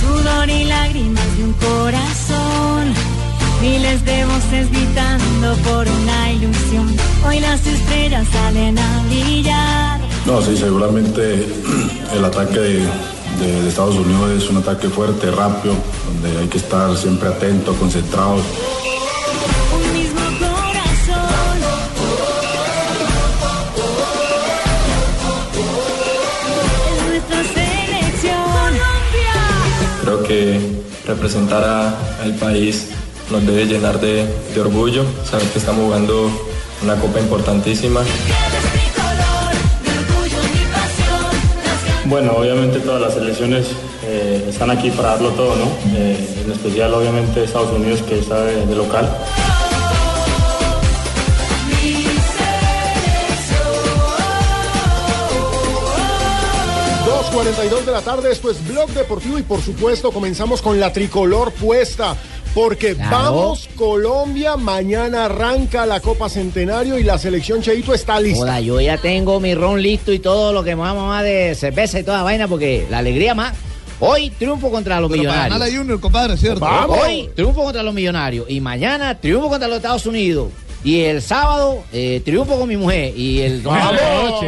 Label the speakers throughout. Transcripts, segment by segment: Speaker 1: Sudor y lágrimas de un corazón, miles de voces gritando por una ilusión. Hoy las estrellas salen a brillar.
Speaker 2: No, sí, seguramente el ataque de, de- de Estados Unidos es un ataque fuerte, rápido, donde hay que estar siempre atento, concentrado.
Speaker 1: Un mismo corazón. Es nuestra selección.
Speaker 3: Creo que representar a- al país nos debe llenar de, de orgullo, saber que estamos jugando una copa importantísima.
Speaker 4: Bueno, obviamente todas las selecciones eh, están aquí para darlo todo, ¿no? Eh, en especial obviamente Estados Unidos que está de, de local.
Speaker 5: Dos 2.42 de la tarde, esto es Blog Deportivo y por supuesto comenzamos con la tricolor puesta. Porque vamos, Colombia, mañana arranca la Copa Centenario y la selección Cheito está lista.
Speaker 6: Joda, yo ya tengo mi ron listo y todo lo que me va a mamar de cerveza y toda vaina, porque la alegría más. Hoy triunfo contra los
Speaker 7: Pero para
Speaker 6: millonarios.
Speaker 7: ganar a Junior, compadre, ¿cierto?
Speaker 6: Hoy triunfo contra los millonarios y mañana triunfo contra los Estados Unidos. Y el sábado eh, triunfo con mi mujer. Y el domingo.
Speaker 5: ¡Vamos!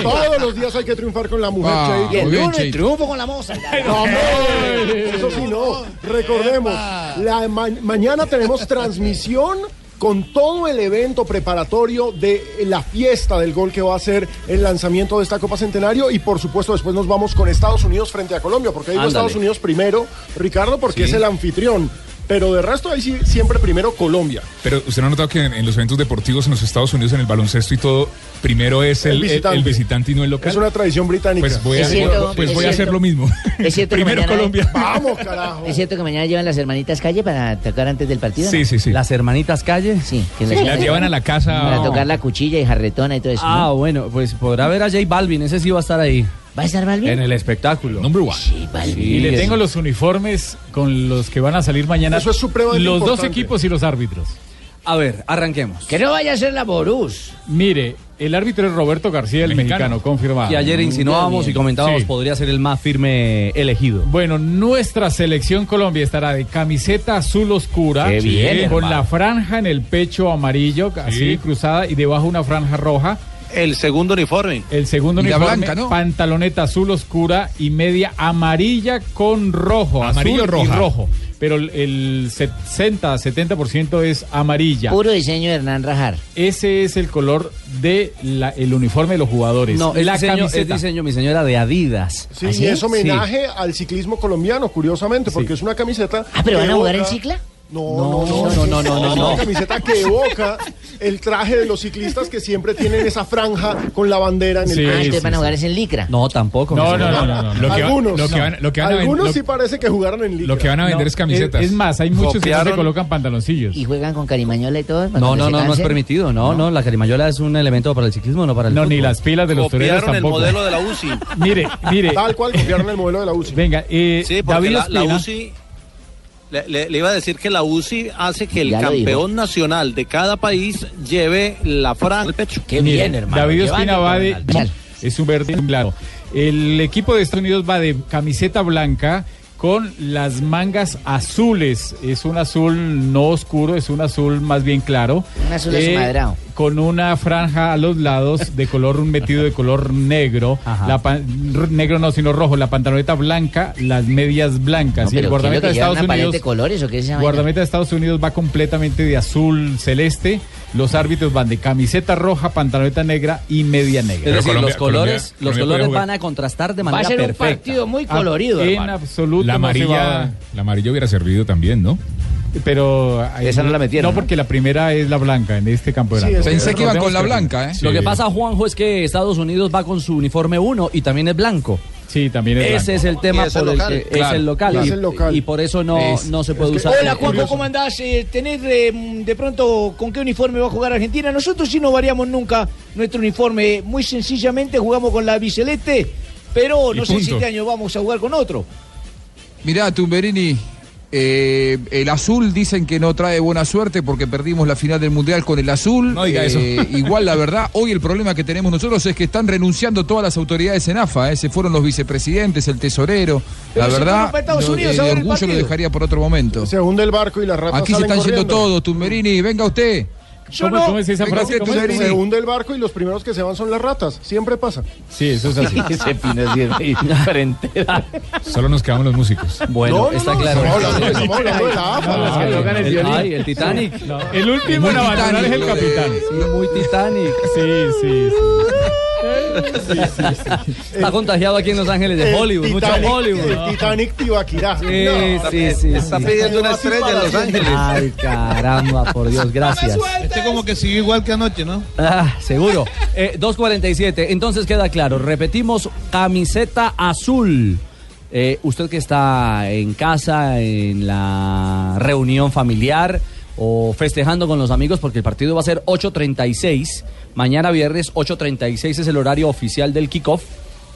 Speaker 5: Todos los días hay que triunfar con la mujer,
Speaker 6: Ah,
Speaker 5: Cheito.
Speaker 6: y el lunes triunfo con la moza.
Speaker 5: No, hombre, Eso sí, no. Recordemos, la ma- mañana tenemos transmisión con todo el evento preparatorio de la fiesta del gol que va a ser el lanzamiento de esta Copa Centenario y por supuesto después nos vamos con Estados Unidos frente a Colombia, porque digo
Speaker 8: Ándale.
Speaker 5: Estados Unidos primero, Ricardo, porque es el anfitrión, pero de resto ahí sí, siempre primero Colombia.
Speaker 9: Pero usted no ha notado que en, en los eventos deportivos en los Estados Unidos, en el baloncesto y todo, primero es el,
Speaker 5: El
Speaker 9: el- el visitante.
Speaker 5: visitante.
Speaker 9: y no el local.
Speaker 5: Es una tradición británica.
Speaker 9: Pues voy a,
Speaker 6: Es cierto,
Speaker 9: pues
Speaker 6: es
Speaker 9: voy a hacer
Speaker 6: cierto.
Speaker 9: lo mismo.
Speaker 6: Es cierto
Speaker 9: Primero
Speaker 6: que mañana,
Speaker 9: Colombia.
Speaker 5: Vamos, carajo.
Speaker 6: Es cierto que mañana llevan las hermanitas calle para tocar antes del partido.
Speaker 9: Sí, sí, sí.
Speaker 6: Las hermanitas calle. Sí, que
Speaker 9: Sí, las llevan a la casa.
Speaker 6: Para
Speaker 9: No.
Speaker 6: tocar la cuchilla y jarretona y todo eso.
Speaker 10: Ah, bueno, pues podrá ver a J Balvin, ese sí va a estar ahí.
Speaker 6: ¿Va a estar Balvin?
Speaker 10: En el espectáculo. Number one.
Speaker 11: Y le tengo los uniformes con los que van a salir mañana.
Speaker 10: Eso es
Speaker 11: Los
Speaker 10: supremamente
Speaker 11: dos
Speaker 10: importante.
Speaker 11: equipos y los árbitros.
Speaker 10: A ver, arranquemos.
Speaker 6: Que no vaya a ser la Borús.
Speaker 11: Mire, el árbitro es Roberto García, el mexicano, confirmado.
Speaker 10: Que ayer insinuábamos y comentábamos
Speaker 11: Sí.
Speaker 10: podría ser el más firme elegido.
Speaker 11: Bueno, nuestra selección Colombia estará de camiseta azul oscura,
Speaker 10: Qué bien,
Speaker 11: con
Speaker 10: hermano.
Speaker 11: la franja en el pecho amarillo, así cruzada, y debajo una franja roja.
Speaker 12: El segundo uniforme.
Speaker 11: El segundo
Speaker 12: Y la
Speaker 11: uniforme,
Speaker 12: blanca, ¿no?
Speaker 11: pantaloneta azul oscura y media amarilla con rojo.
Speaker 9: Amarillo
Speaker 11: azul
Speaker 9: roja.
Speaker 11: Y rojo. Pero el- el 60, 70% es amarilla.
Speaker 6: Puro diseño de Hernán Rajar.
Speaker 11: Ese es el color de la- el uniforme de los jugadores.
Speaker 10: No, es
Speaker 11: la
Speaker 10: diseño-
Speaker 11: camiseta.
Speaker 10: es diseño, mi señora, de Adidas.
Speaker 11: ¿Ah,
Speaker 5: Sí, y es homenaje al ciclismo colombiano, curiosamente, porque es una camiseta.
Speaker 6: Ah, pero
Speaker 5: que
Speaker 6: van a jugar en
Speaker 5: evoca-
Speaker 6: cicla.
Speaker 5: No, no,
Speaker 6: No, no, no, no,
Speaker 5: Es
Speaker 6: no.
Speaker 5: una camiseta que evoca el traje de los ciclistas que siempre tienen esa franja con la bandera en el
Speaker 10: Sí,
Speaker 6: ah,
Speaker 10: sí,
Speaker 6: entonces van a
Speaker 10: sí.
Speaker 6: jugar es en licra.
Speaker 10: No, tampoco.
Speaker 11: No,
Speaker 10: mi señora.
Speaker 11: no, no, no, no.
Speaker 9: Lo que va-
Speaker 5: Algunos,
Speaker 9: lo que van- lo que van a ven-
Speaker 5: algunos
Speaker 9: lo-
Speaker 5: sí parece que jugaron en liga.
Speaker 9: lo que van a vender es camisetas.
Speaker 11: Es, es más, hay muchos que no se
Speaker 9: Copiaron.
Speaker 11: colocan pantaloncillos.
Speaker 6: Y juegan con carimañola y todo. para
Speaker 10: No,
Speaker 6: cuando
Speaker 10: no, no,
Speaker 6: se
Speaker 10: no es
Speaker 6: cansen.
Speaker 10: permitido. No, no, la carimayola es un elemento para el ciclismo, no para el
Speaker 11: No, ni
Speaker 10: fútbol.
Speaker 11: las pilas de los toreros
Speaker 10: Copiaron el
Speaker 11: tampoco.
Speaker 10: modelo de la
Speaker 12: UCI.
Speaker 11: mire, mire.
Speaker 5: Tal cual copiaron el modelo de la UCI.
Speaker 11: Venga, eh,
Speaker 12: Sí, porque
Speaker 11: David
Speaker 12: la, la
Speaker 11: Ospina-
Speaker 12: UCI, le, le- le iba a decir que la UCI hace que el
Speaker 11: Ya lo
Speaker 12: campeón nacional de cada país lleve la franja al pecho.
Speaker 11: Mire, David Ospina va de. Es un verde claro. El equipo de Estados Unidos va de camiseta blanca con las mangas azules. Es un azul no oscuro, es un azul más bien claro. Eh,
Speaker 6: Un azul desmadrado.
Speaker 11: Con una franja a los lados de color, un metido de color negro. La pan- r- negro no, sino rojo. La pantaloneta blanca, las medias blancas. y el
Speaker 6: Pero, ¿qué es lo que
Speaker 11: guardameta de
Speaker 6: llevan?
Speaker 11: Estados
Speaker 6: ¿Una paleta
Speaker 11: Unidos.
Speaker 6: de colores o qué se llama?
Speaker 11: Guardameta de Estados Unidos va completamente de azul celeste los árbitros van de camiseta roja, pantaloneta negra y media negra.
Speaker 10: Es decir, los colores, los colores van a contrastar de
Speaker 11: Va a
Speaker 10: manera
Speaker 11: ser un
Speaker 10: perfecta.
Speaker 11: partido muy colorido, Ah, en hermano. absoluto
Speaker 9: La
Speaker 11: no se va a
Speaker 9: amarilla,
Speaker 11: dar.
Speaker 9: la amarilla hubiera servido también, ¿no?
Speaker 11: Pero ahí
Speaker 9: Esa no la metieron, ¿no?
Speaker 11: No, porque la primera es la blanca en este campeonato. ¿eh?
Speaker 10: ¿eh? Lo que pasa, Juanjo, es que Estados Unidos va con su uniforme 1 y también es blanco.
Speaker 11: Sí, también
Speaker 10: Ese
Speaker 11: es
Speaker 10: es el tema por el que es el local.
Speaker 11: Y-
Speaker 10: y, y por eso no,
Speaker 11: Es-
Speaker 10: no se puede
Speaker 11: es que-
Speaker 10: usar.
Speaker 11: Hola,
Speaker 10: el-
Speaker 7: Juanjo, ¿cómo andás? Eh, ¿Tenés eh, mm, de pronto con qué uniforme va a jugar Argentina? Nosotros sí no variamos nunca nuestro uniforme. Muy sencillamente jugamos con la biceleste, pero
Speaker 13: Y
Speaker 7: no sé si
Speaker 13: punto.
Speaker 7: este año vamos a jugar con otro.
Speaker 13: Mirá, Tumberini, eh, el azul dicen que no trae buena suerte porque perdimos la final del Mundial con el azul.
Speaker 9: No diga
Speaker 13: Eh,
Speaker 9: eso.
Speaker 13: Igual, la verdad, hoy el problema que tenemos nosotros es que están renunciando todas las autoridades en AFA. eh. Se fueron los vicepresidentes, el tesorero.
Speaker 5: Pero
Speaker 13: la
Speaker 5: se
Speaker 13: verdad,
Speaker 5: fueron para Estados
Speaker 13: no,
Speaker 5: Unidos
Speaker 13: eh,
Speaker 5: a ver
Speaker 13: de
Speaker 5: el
Speaker 13: orgullo lo
Speaker 5: partido.
Speaker 13: dejaría por otro momento.
Speaker 5: Se hunde el barco y las ratas
Speaker 13: Aquí se
Speaker 5: salen
Speaker 13: están yendo
Speaker 5: corriendo.
Speaker 13: todos, Tumberini. Venga usted.
Speaker 5: ¿Cómo- cómo es
Speaker 13: Venga usted, Tumberini.
Speaker 5: Se hunde el barco y los primeros que se van son las ratas. Siempre pasa.
Speaker 11: Sí, eso es así.
Speaker 5: Ese pino sí es
Speaker 11: diferente.
Speaker 9: Solo nos quedamos los músicos.
Speaker 10: Bueno, está claro.
Speaker 5: Estamos hablando de la AFA.
Speaker 10: Ay, el- ay, el Titanic.
Speaker 11: El último
Speaker 10: Muy
Speaker 11: en abandonar es el
Speaker 10: Titanic,
Speaker 11: capitán.
Speaker 10: Sí, muy Titanic.
Speaker 11: Sí, sí,
Speaker 10: Está contagiado aquí en Los Ángeles de
Speaker 5: El
Speaker 10: Hollywood, mucho
Speaker 5: Titanic-
Speaker 10: Hollywood.
Speaker 5: El Titanic Tibaquirá.
Speaker 10: Sí,
Speaker 5: No,
Speaker 10: sí, sí,
Speaker 14: está
Speaker 10: sí.
Speaker 14: pidiendo una estrella en Los Ángeles.
Speaker 10: Ay, caramba, por Dios, gracias.
Speaker 14: Este como que siguió igual que anoche, ¿no?
Speaker 10: Ah, seguro. Eh, 2.47. Entonces queda claro. Repetimos, camiseta azul. Eh, usted que está en casa, en la reunión familiar o festejando con los amigos, porque el partido va a ser 8.36. Mañana viernes 8.36 es el horario oficial del kickoff.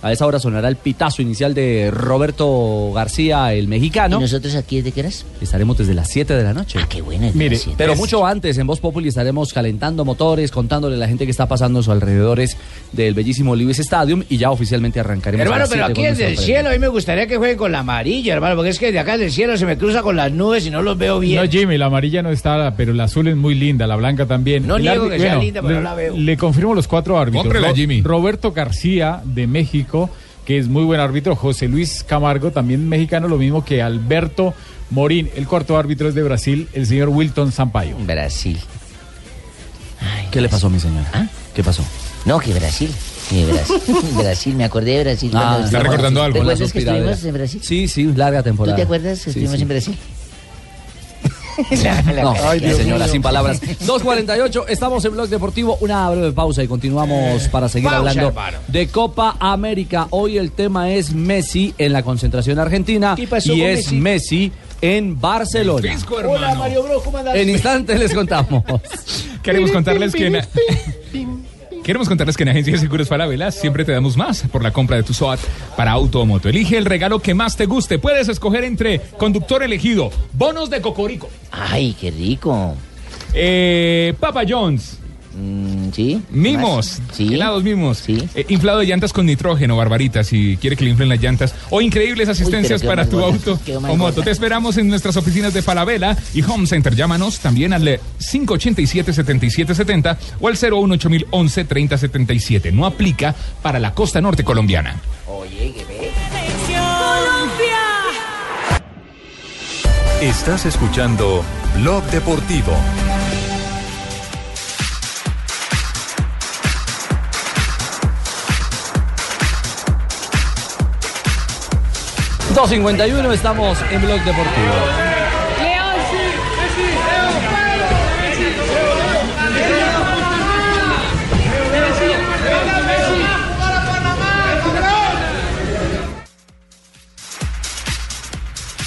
Speaker 10: A esa hora sonará el pitazo inicial de Roberto García, el mexicano. ¿Y nosotros aquí desde qué horas? Estaremos desde las 7 de la noche. Ah, qué bueno.
Speaker 15: desde
Speaker 10: Mire,
Speaker 15: las siete.
Speaker 10: pero
Speaker 15: Es-
Speaker 10: mucho antes en Voz Populi estaremos calentando motores, contándole a la gente que está pasando a sus alrededores del bellísimo Levis Stadium y ya oficialmente arrancaremos. a
Speaker 7: Hermano,
Speaker 10: las
Speaker 7: pero
Speaker 10: siete
Speaker 7: aquí
Speaker 10: con
Speaker 7: desde el
Speaker 10: nuestra
Speaker 7: cielo, a mí me gustaría que jueguen con la amarilla, hermano, porque es que de acá del cielo se me cruza con las nubes y no los veo bien.
Speaker 11: No, Jimmy, la amarilla no está, pero la azul es muy linda, la blanca también.
Speaker 7: No
Speaker 11: El
Speaker 7: niego
Speaker 11: arbi-
Speaker 7: que sea linda, pero
Speaker 11: le,
Speaker 7: no la veo.
Speaker 11: Le confirmo los cuatro árbitros.
Speaker 9: Cómprela,
Speaker 11: Ro-
Speaker 9: Jimmy.
Speaker 11: Roberto García, de México, que es muy buen árbitro. José Luis Camargo, también mexicano, lo mismo que Alberto Morín. El cuarto árbitro es de Brasil, el señor Wilton Sampaio.
Speaker 15: Brasil.
Speaker 10: ¿Qué le pasó, mi señora? ¿Qué pasó?
Speaker 15: No, que Brasil. que Brasil. Brasil, me acordé de Brasil. cuando
Speaker 10: Ah, está
Speaker 15: estuvimos-
Speaker 10: recordando algo.
Speaker 15: ¿Te
Speaker 10: Una
Speaker 15: acuerdas que
Speaker 10: suspiradera.
Speaker 15: estuvimos en Brasil?
Speaker 10: Sí, sí, larga
Speaker 15: ¿Tú
Speaker 10: temporada.
Speaker 15: te acuerdas que
Speaker 10: Sí,
Speaker 15: estuvimos
Speaker 10: sí.
Speaker 15: en Brasil?
Speaker 10: No,
Speaker 15: Ay, Dios
Speaker 10: señora,
Speaker 15: mío.
Speaker 10: sin palabras. 2.48, estamos en Blog Deportivo. Una breve pausa y continuamos para seguir
Speaker 15: pausa,
Speaker 10: hablando
Speaker 15: hermano.
Speaker 10: de Copa América. Hoy el tema es Messi en la concentración argentina
Speaker 7: pasó
Speaker 10: y
Speaker 7: con
Speaker 10: es Messi? en Barcelona.
Speaker 7: Hola, Mario Bros, ¿cómo andás?
Speaker 10: En instantes les contamos.
Speaker 9: Queremos contarles que... en- Queremos contarles que en Agencia de Seguros Falabella siempre te damos más por la compra de tu SOAT para auto o moto. Elige el regalo que más te guste. Puedes escoger entre conductor elegido, bonos de Cocorico,
Speaker 15: Ay, qué rico.
Speaker 9: eh, Papa Jones,
Speaker 15: Mm, sí.
Speaker 9: mimos, helados mimos, eh, inflado de llantas con nitrógeno, Barbarita, si quiere que le inflen las llantas, o increíbles asistencias
Speaker 15: qué
Speaker 9: para
Speaker 15: más
Speaker 9: tu
Speaker 15: gorda,
Speaker 9: auto
Speaker 15: qué más
Speaker 9: o moto.
Speaker 15: gorda.
Speaker 9: Te esperamos en nuestras oficinas de Falabella y Home Center. Llámanos también al eh, 587-7770 o al 018-3077. No aplica para la costa norte colombiana.
Speaker 15: Oye, qué bello.
Speaker 16: Estás escuchando Blog Deportivo.
Speaker 10: Sí. 2.51, estamos en Blog Deportivo.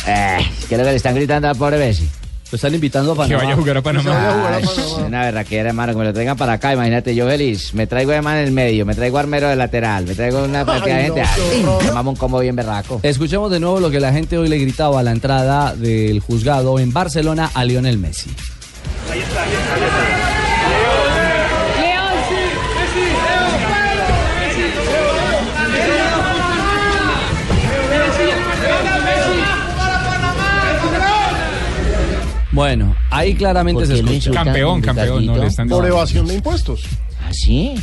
Speaker 7: Eh, ¿Qué es lo que le están gritando al pobre Messi?
Speaker 10: Lo están invitando a
Speaker 9: Que vaya a jugar a Panamá. Que vaya a jugar a
Speaker 7: Ay, una berraquera, hermano, que me lo traigan para acá. Imagínate, yo feliz. Me traigo de man en el medio, me traigo armero de lateral, me traigo una partida de
Speaker 10: no,
Speaker 7: gente.
Speaker 10: qué
Speaker 7: Ay,
Speaker 10: horror.
Speaker 7: Llamamos un combo bien berraco.
Speaker 10: Escuchemos de nuevo lo que la gente hoy le gritaba a la entrada del juzgado en Barcelona a Lionel Messi. Bueno, ahí claramente se escucha.
Speaker 9: Campeón, campeón, no le están
Speaker 5: Por evasión de impuestos.
Speaker 15: ¿Así?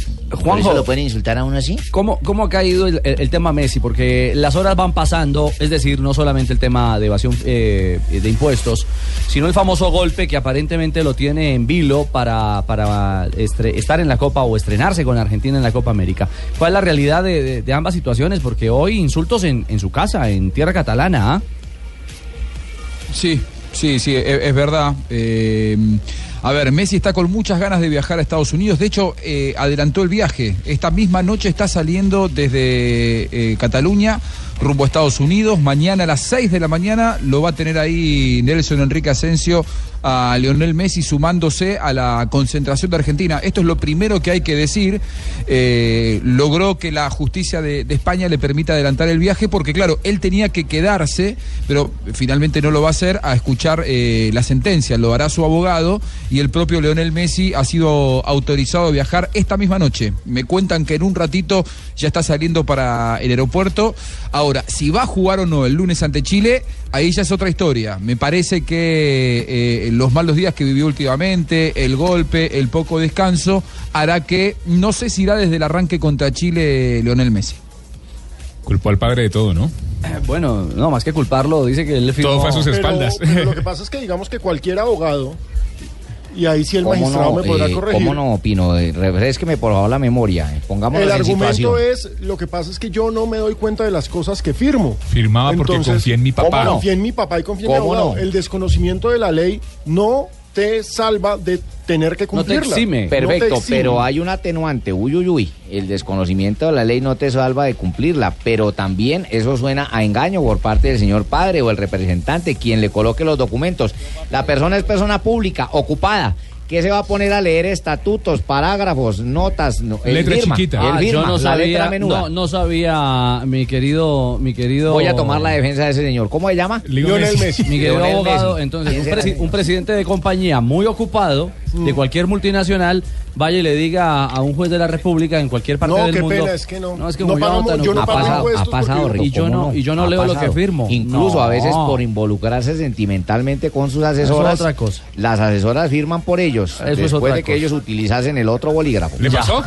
Speaker 15: ¿Por eso lo pueden insultar a uno así?
Speaker 10: ¿Cómo, cómo ha caído el, el- el tema Messi? Porque las horas van pasando, es decir, no solamente el tema de evasión eh, de impuestos, sino el famoso golpe que aparentemente lo tiene en vilo para, para estre- estar en la Copa o estrenarse con Argentina en la Copa América. ¿Cuál es la realidad de, de- de ambas situaciones? Porque hoy insultos en, en su casa, en tierra catalana, ¿ah?
Speaker 13: Sí, sí, sí, e- es, verdad. Eh, a ver, Messi está con muchas ganas de viajar a Estados Unidos. De hecho, eh, adelantó el viaje. Esta misma noche está saliendo desde eh, Cataluña rumbo a Estados Unidos. Mañana a las 6 de la mañana lo va a tener ahí Nelson Enrique Asensio a Lionel Messi sumándose a la concentración de Argentina. Esto es lo primero que hay que decir. Eh, logró que la justicia de, de España le permita adelantar el viaje porque, claro, él tenía que quedarse, pero finalmente no lo va a hacer, a escuchar eh, la sentencia. Lo hará su abogado y el propio Lionel Messi ha sido autorizado a viajar esta misma noche. Me cuentan que en un ratito ya está saliendo para el aeropuerto. Ahora, si va a jugar o no el lunes ante Chile, ahí ya es otra historia. Me parece que eh, los malos días que vivió últimamente, el golpe, el poco descanso, hará que no sé si irá desde el arranque contra Chile Lionel Messi.
Speaker 9: Culpó al padre de todo, ¿no?
Speaker 10: Eh, bueno, no, más que culparlo, dice que él
Speaker 9: Todo fue a sus espaldas.
Speaker 5: Pero lo que pasa es que digamos que cualquier abogado, y ahí sí el magistrado me podrá
Speaker 15: eh,
Speaker 5: corregir.
Speaker 15: ¿Cómo no opino? Eh, Refresqueme por favor la memoria. eh. Pongámonos
Speaker 5: El
Speaker 15: en
Speaker 5: argumento
Speaker 15: situación.
Speaker 5: es, lo que pasa es que yo no me doy cuenta de las cosas que firmo.
Speaker 9: Firmaba porque
Speaker 5: Entonces,
Speaker 9: confía en mi papá.
Speaker 5: ¿cómo no? Confía en mi papá y confía en mi
Speaker 9: ¿Cómo
Speaker 5: abogado.
Speaker 9: no?
Speaker 5: El desconocimiento de la ley no te salva de tener que cumplirla. No te
Speaker 15: Perfecto,
Speaker 5: exime.
Speaker 15: pero hay un atenuante, uy, uy, uy. El desconocimiento de la ley no te salva de cumplirla, pero también eso suena a engaño por parte del señor padre o el representante, quien le coloque los documentos. La persona es persona pública, ocupada. ¿Qué se va a poner a leer estatutos, parágrafos, notas? No, él firma, él
Speaker 10: Ah,
Speaker 15: firma,
Speaker 10: yo no
Speaker 15: la
Speaker 10: sabía,
Speaker 15: letra menuda.
Speaker 10: No, no sabía, mi querido, mi querido.
Speaker 15: Voy a tomar la defensa de ese señor. ¿Cómo se llama?
Speaker 10: Mi querido
Speaker 15: Lionel
Speaker 10: abogado,
Speaker 15: Messi.
Speaker 10: entonces,
Speaker 15: ¿Quién
Speaker 10: un,
Speaker 15: será Mm.
Speaker 10: presi-
Speaker 15: ese?
Speaker 10: un presidente de compañía muy ocupado de cualquier multinacional vaya y le diga a, a un juez de la República en cualquier parte
Speaker 5: No,
Speaker 10: del
Speaker 5: qué
Speaker 10: mundo.
Speaker 5: pena, es que no.
Speaker 10: No, es que
Speaker 5: No
Speaker 10: como yo no
Speaker 5: pagamos-
Speaker 10: tan
Speaker 5: yo no pago
Speaker 10: ocupado. ha pasado,
Speaker 5: impuestos
Speaker 10: ha pasado,
Speaker 15: porque-
Speaker 10: y yo
Speaker 15: ¿cómo
Speaker 10: no,
Speaker 15: no?
Speaker 10: y yo no
Speaker 15: Ha
Speaker 10: leo lo que
Speaker 15: pasado.
Speaker 10: firmo.
Speaker 15: Incluso
Speaker 10: No.
Speaker 15: a veces por involucrarse sentimentalmente con sus
Speaker 10: es
Speaker 15: asesoras.
Speaker 10: otra cosa.
Speaker 15: Las asesoras firman por ellos.
Speaker 10: es
Speaker 15: después
Speaker 10: otra
Speaker 15: de que
Speaker 10: cosa.
Speaker 15: ellos utilizasen el otro bolígrafo.
Speaker 10: ¿Le pasó?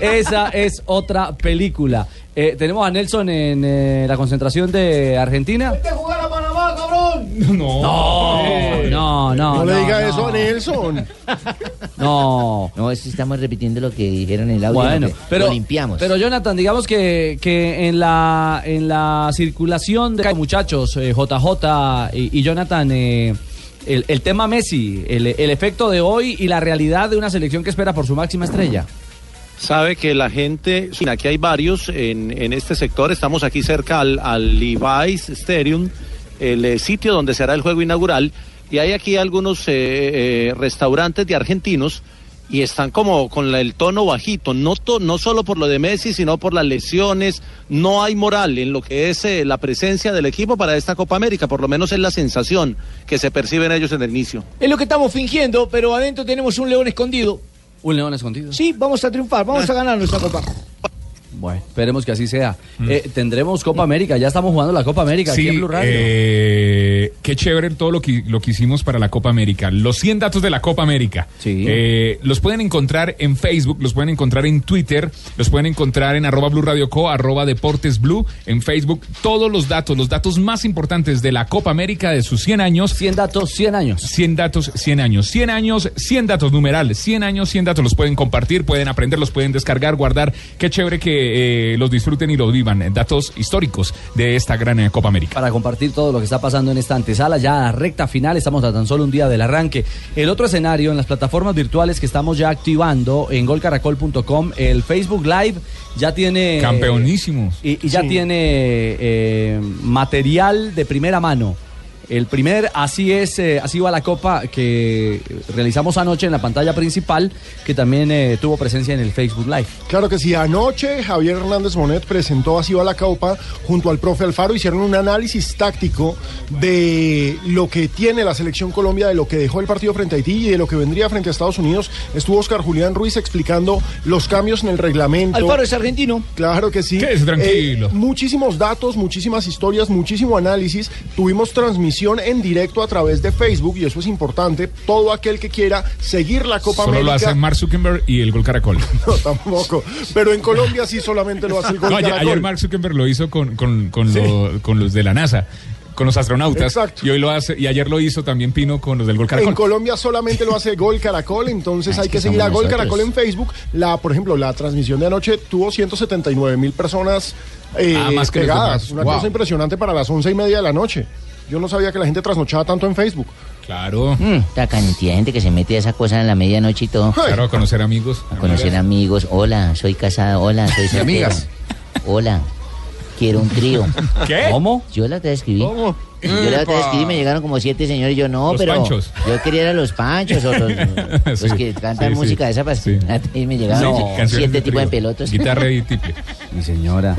Speaker 10: Esa es otra película. Eh, tenemos a Nelson en eh, la concentración de Argentina.
Speaker 4: jugar a Panamá, cabrón!
Speaker 9: No.
Speaker 10: No, no,
Speaker 5: No
Speaker 10: no.
Speaker 5: le diga
Speaker 10: no.
Speaker 5: eso a Nelson.
Speaker 10: No.
Speaker 15: No, es que estamos repitiendo lo que dijeron en el audio.
Speaker 10: Bueno,
Speaker 15: lo que-
Speaker 10: pero,
Speaker 15: lo limpiamos.
Speaker 10: pero Jonathan, digamos que, que en la en la circulación de muchachos, eh, JJ y, y Jonathan, eh, el, el tema Messi, el, el efecto de hoy y la realidad de una selección que espera por su máxima estrella.
Speaker 12: Sabe que la gente, aquí hay varios en, en este sector, estamos aquí cerca al, al Levi's Stadium, el eh, sitio donde se hará el juego inaugural, y hay aquí algunos eh, eh, restaurantes de argentinos y están como con la- el tono bajito, no, to- no solo por lo de Messi, sino por las lesiones, no hay moral en lo que es eh, la presencia del equipo para esta Copa América, por lo menos es la sensación que se perciben ellos en el inicio.
Speaker 7: Es lo que estamos fingiendo, pero adentro tenemos un león escondido.
Speaker 10: Un león escondido. Ah.
Speaker 7: Sí, vamos a triunfar, vamos a ganar nuestra copa.
Speaker 10: Bueno, esperemos que así sea.
Speaker 15: Mm.
Speaker 10: Eh, tendremos Copa América, ya estamos jugando la Copa América aquí en Blue Radio.
Speaker 5: eh,
Speaker 9: eh, qué chévere todo lo que, lo que hicimos para la Copa América. Los 100 datos de la Copa América. Eh, los pueden encontrar en Facebook, los pueden encontrar en Twitter, los pueden encontrar en arroba Blue Radio Co, arroba Deportes Blue, en Facebook. Todos los datos, los datos más importantes de la Copa América de sus 100 años.
Speaker 10: 100 datos, 100 años.
Speaker 9: 100 datos, 100 años. 100 años, 100 datos, numeral. 100 años, 100 datos. Los pueden compartir, pueden aprender, los pueden descargar, guardar. Qué chévere que eh, los disfruten y los vivan. Eh, Datos históricos de esta gran eh, Copa América.
Speaker 10: para compartir todo lo que está pasando en esta antesala, ya a la recta final, estamos a tan solo un día del arranque. El otro escenario en las plataformas virtuales que estamos ya activando en golcaracol.com, el Facebook Live ya tiene...
Speaker 9: Campeonísimos.
Speaker 10: Y, y ya
Speaker 9: Sí.
Speaker 10: tiene eh, material de primera mano. El primer, así es, eh, así va la copa que realizamos anoche en la pantalla principal, que también eh, tuvo presencia en el Facebook Live.
Speaker 5: Claro que sí, anoche Javier Hernández Monet presentó Así va la Copa junto al profe Alfaro, hicieron un análisis táctico de lo que tiene la selección Colombia, de lo que dejó el partido frente a Haití y de lo que vendría frente a Estados Unidos. Estuvo Oscar Julián Ruiz explicando los cambios en el reglamento.
Speaker 7: Alfaro es argentino.
Speaker 5: Claro que sí. Eh,
Speaker 9: Quédese tranquilo.
Speaker 5: muchísimos datos, muchísimas historias, muchísimo análisis. Tuvimos transmisión. transmisión en directo a través de Facebook, y eso es importante. Todo aquel que quiera seguir la Copa
Speaker 9: Solo lo
Speaker 5: América.
Speaker 9: hacen Mark Zuckerberg y el Gol Caracol.
Speaker 5: No, tampoco. Pero en Colombia sí solamente lo hace el gol.
Speaker 9: No, ayer,
Speaker 5: Caracol.
Speaker 9: ayer Mark Zuckerberg lo hizo con, con- con lo- con los de la NASA, con los astronautas. Y hoy lo hace, y ayer lo hizo también Pino con los del Gol Caracol.
Speaker 5: En Colombia solamente lo hace Gol Caracol, entonces
Speaker 9: Ah, es
Speaker 5: hay
Speaker 9: que
Speaker 5: que seguir a
Speaker 9: somos
Speaker 5: Gol
Speaker 9: nosotros.
Speaker 5: Caracol en Facebook. La, por ejemplo, la transmisión de anoche tuvo 179 mil personas eh,
Speaker 9: Ah, más que los
Speaker 5: pegadas.
Speaker 9: demás.
Speaker 5: Una
Speaker 9: Wow.
Speaker 5: cosa impresionante para las once y media de la noche. Yo no sabía que la gente trasnochaba tanto en Facebook.
Speaker 9: Claro.
Speaker 15: Mm.
Speaker 6: la cantidad de gente que se mete a esa cosa en la medianoche y todo.
Speaker 9: Claro, a conocer amigos.
Speaker 6: A conocer amigos. Hola, soy casada. Hola, soy soltero.
Speaker 9: amigas.
Speaker 6: Hola, quiero un trío.
Speaker 9: ¿Qué?
Speaker 6: ¿Cómo? Yo la otra vez escribí.
Speaker 9: ¿Cómo?
Speaker 6: Yo la otra vez
Speaker 9: Epa.
Speaker 6: escribí, me llegaron como siete señores. Yo no,
Speaker 9: Los
Speaker 6: pero.
Speaker 9: panchos.
Speaker 6: Yo quería era los panchos o los, los
Speaker 9: Sí,
Speaker 6: que cantan
Speaker 9: sí, sí.
Speaker 6: música de esa para Y me llegaron
Speaker 10: No, canciones
Speaker 6: siete
Speaker 10: de
Speaker 6: tipos de
Speaker 10: trío.
Speaker 6: pelotos.
Speaker 10: Guitarra
Speaker 9: y tiple.
Speaker 10: Mi señora.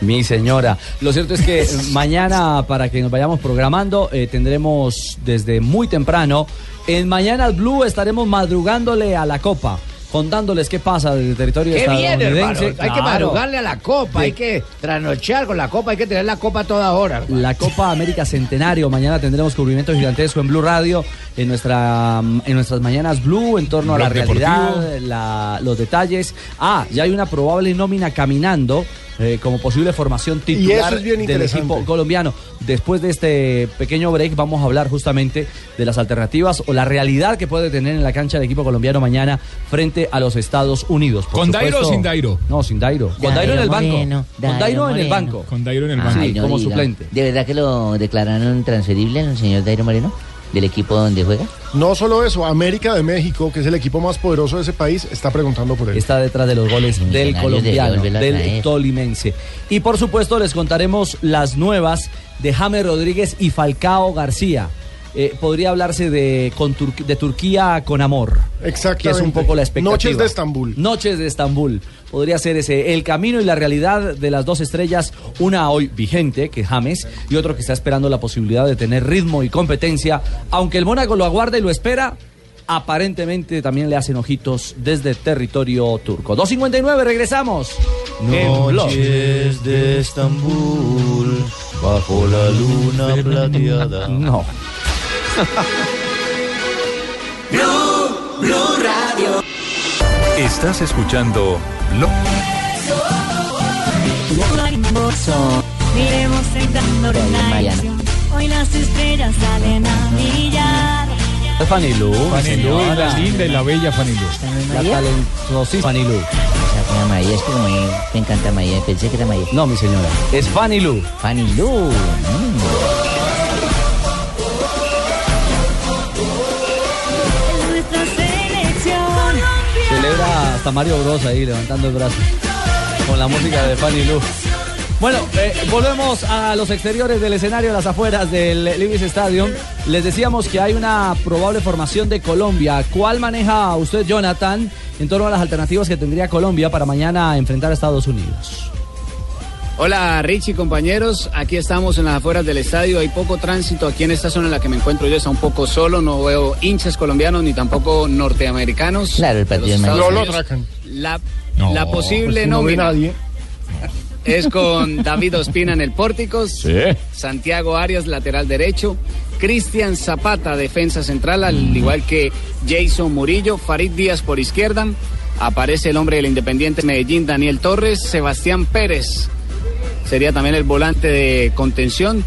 Speaker 10: Mi señora. Lo cierto es que mañana, para que nos vayamos programando, eh, tendremos desde muy temprano. En Mañana al Blue estaremos madrugándole a la Copa, contándoles qué pasa del territorio
Speaker 17: Qué bien, hermano.
Speaker 10: estadounidense.
Speaker 17: Hay que
Speaker 10: Claro.
Speaker 17: madrugarle a la copa,
Speaker 10: Sí.
Speaker 17: hay que trasnochear con la copa, hay que tener la copa a toda hora. hermano.
Speaker 10: La Copa América Centenario. Mañana tendremos cubrimiento gigantesco en Blue Radio, en, nuestra, en nuestras mañanas Blue, en torno a la
Speaker 18: Blog
Speaker 10: realidad,
Speaker 18: deportivo.
Speaker 10: la- los detalles. Ah, ya hay una probable nómina caminando eh, como posible formación titular
Speaker 5: eso es bien
Speaker 10: del
Speaker 5: interesante.
Speaker 10: equipo colombiano. Después de este pequeño break vamos a hablar justamente de las alternativas o la realidad que puede tener en la cancha el equipo colombiano mañana frente a los Estados Unidos. Por
Speaker 9: ¿Con Dairo o
Speaker 10: supuesto-
Speaker 9: sin Dairo?
Speaker 10: No, sin Dairo. Con Dairo en el banco. Con Dairo en el banco.
Speaker 9: Con Dairo en el banco.
Speaker 6: Ay, Ah, no
Speaker 10: como
Speaker 6: diga.
Speaker 10: suplente.
Speaker 6: ¿De verdad que lo declararon transferible al señor Dairo Moreno? ¿Del equipo donde juega?
Speaker 5: No solo eso, América de México, que es el equipo más poderoso de ese país, está preguntando por él.
Speaker 10: Está detrás de los goles del
Speaker 5: Millonarios
Speaker 10: colombiano,
Speaker 5: debió volverlo a
Speaker 10: del
Speaker 5: traer.
Speaker 10: tolimense. Y por supuesto les contaremos las nuevas de James Rodríguez y Falcao García. Eh, podría hablarse de, con Tur- de Turquía con amor.
Speaker 5: Exactamente.
Speaker 10: Que es un poco la expectativa.
Speaker 5: Noches de Estambul.
Speaker 10: Noches de Estambul. Podría ser ese el camino y la realidad de las dos estrellas, una hoy vigente, que es James, y otro que está esperando la posibilidad de tener ritmo y competencia. Aunque el Mónaco lo aguarda y lo espera, aparentemente también le hacen ojitos desde territorio turco. 2.59, regresamos. En Blog.
Speaker 19: Noches de Estambul, bajo la luna plateada.
Speaker 10: No.
Speaker 4: Blue, Blue Radio.
Speaker 16: Estás escuchando Blog.
Speaker 4: Miremos sentando una ilusión. Hoy las estrellas salen a brillar.
Speaker 10: Fanilú.
Speaker 11: Fanilú,
Speaker 10: señora.
Speaker 11: la linda y la bella Fanilú.
Speaker 10: La talentosísima Fanilú.
Speaker 6: Esa fue María, es que como me, me encanta María, pensé que era María.
Speaker 10: No, mi señora, es Fanny Lu.
Speaker 6: Fanny Lu.
Speaker 4: Es nuestra selección.
Speaker 10: Celebra hasta Mario Bros ahí levantando el brazo con la música de Fanny Lu. Bueno, eh, volvemos a los exteriores del escenario, a las afueras del Levis Stadium. Les decíamos que hay una probable formación de Colombia. ¿Cuál maneja usted, Jonathan, en torno a las alternativas que tendría Colombia para mañana enfrentar a Estados Unidos?
Speaker 20: Hola Richie, compañeros. Aquí estamos en las afueras del estadio. Hay poco tránsito aquí en esta zona en la que me encuentro. Yo está un poco solo. No veo hinchas colombianos ni tampoco norteamericanos.
Speaker 6: Claro, el partido es mañana.
Speaker 20: Estados Unidos. La, la posible
Speaker 5: pues, no ve
Speaker 20: nómina
Speaker 5: nadie.
Speaker 20: es con David Ospina en el pórticos. Santiago Arias, lateral derecho. Cristian Zapata, defensa central,
Speaker 6: Mm.
Speaker 20: al igual que Jason Murillo. Farid Díaz por izquierda. Aparece el hombre del Independiente Medellín, Daniel Torres. Sebastián Pérez sería también el volante de contención.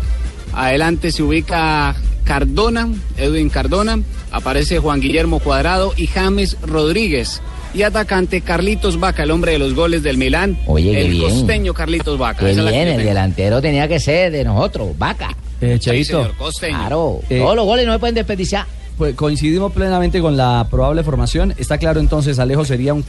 Speaker 20: Adelante se ubica Cardona, Edwin Cardona. Aparece Juan Guillermo Cuadrado y James Rodríguez. Y atacante Carlitos Vaca, el hombre de los goles del Milán.
Speaker 6: Oye, qué
Speaker 20: el
Speaker 6: bien.
Speaker 20: costeño Carlitos Vaca.
Speaker 6: Qué
Speaker 20: Esa es la que
Speaker 6: bien,
Speaker 20: yo
Speaker 6: el
Speaker 20: tengo.
Speaker 6: delantero tenía que ser de nosotros, vaca.
Speaker 10: Eh,
Speaker 20: señor Costeño.
Speaker 6: Claro,
Speaker 10: Eh,
Speaker 6: todos los goles no se pueden desperdiciar.
Speaker 10: Pues coincidimos plenamente con la probable formación. Está claro entonces, Alejo, sería un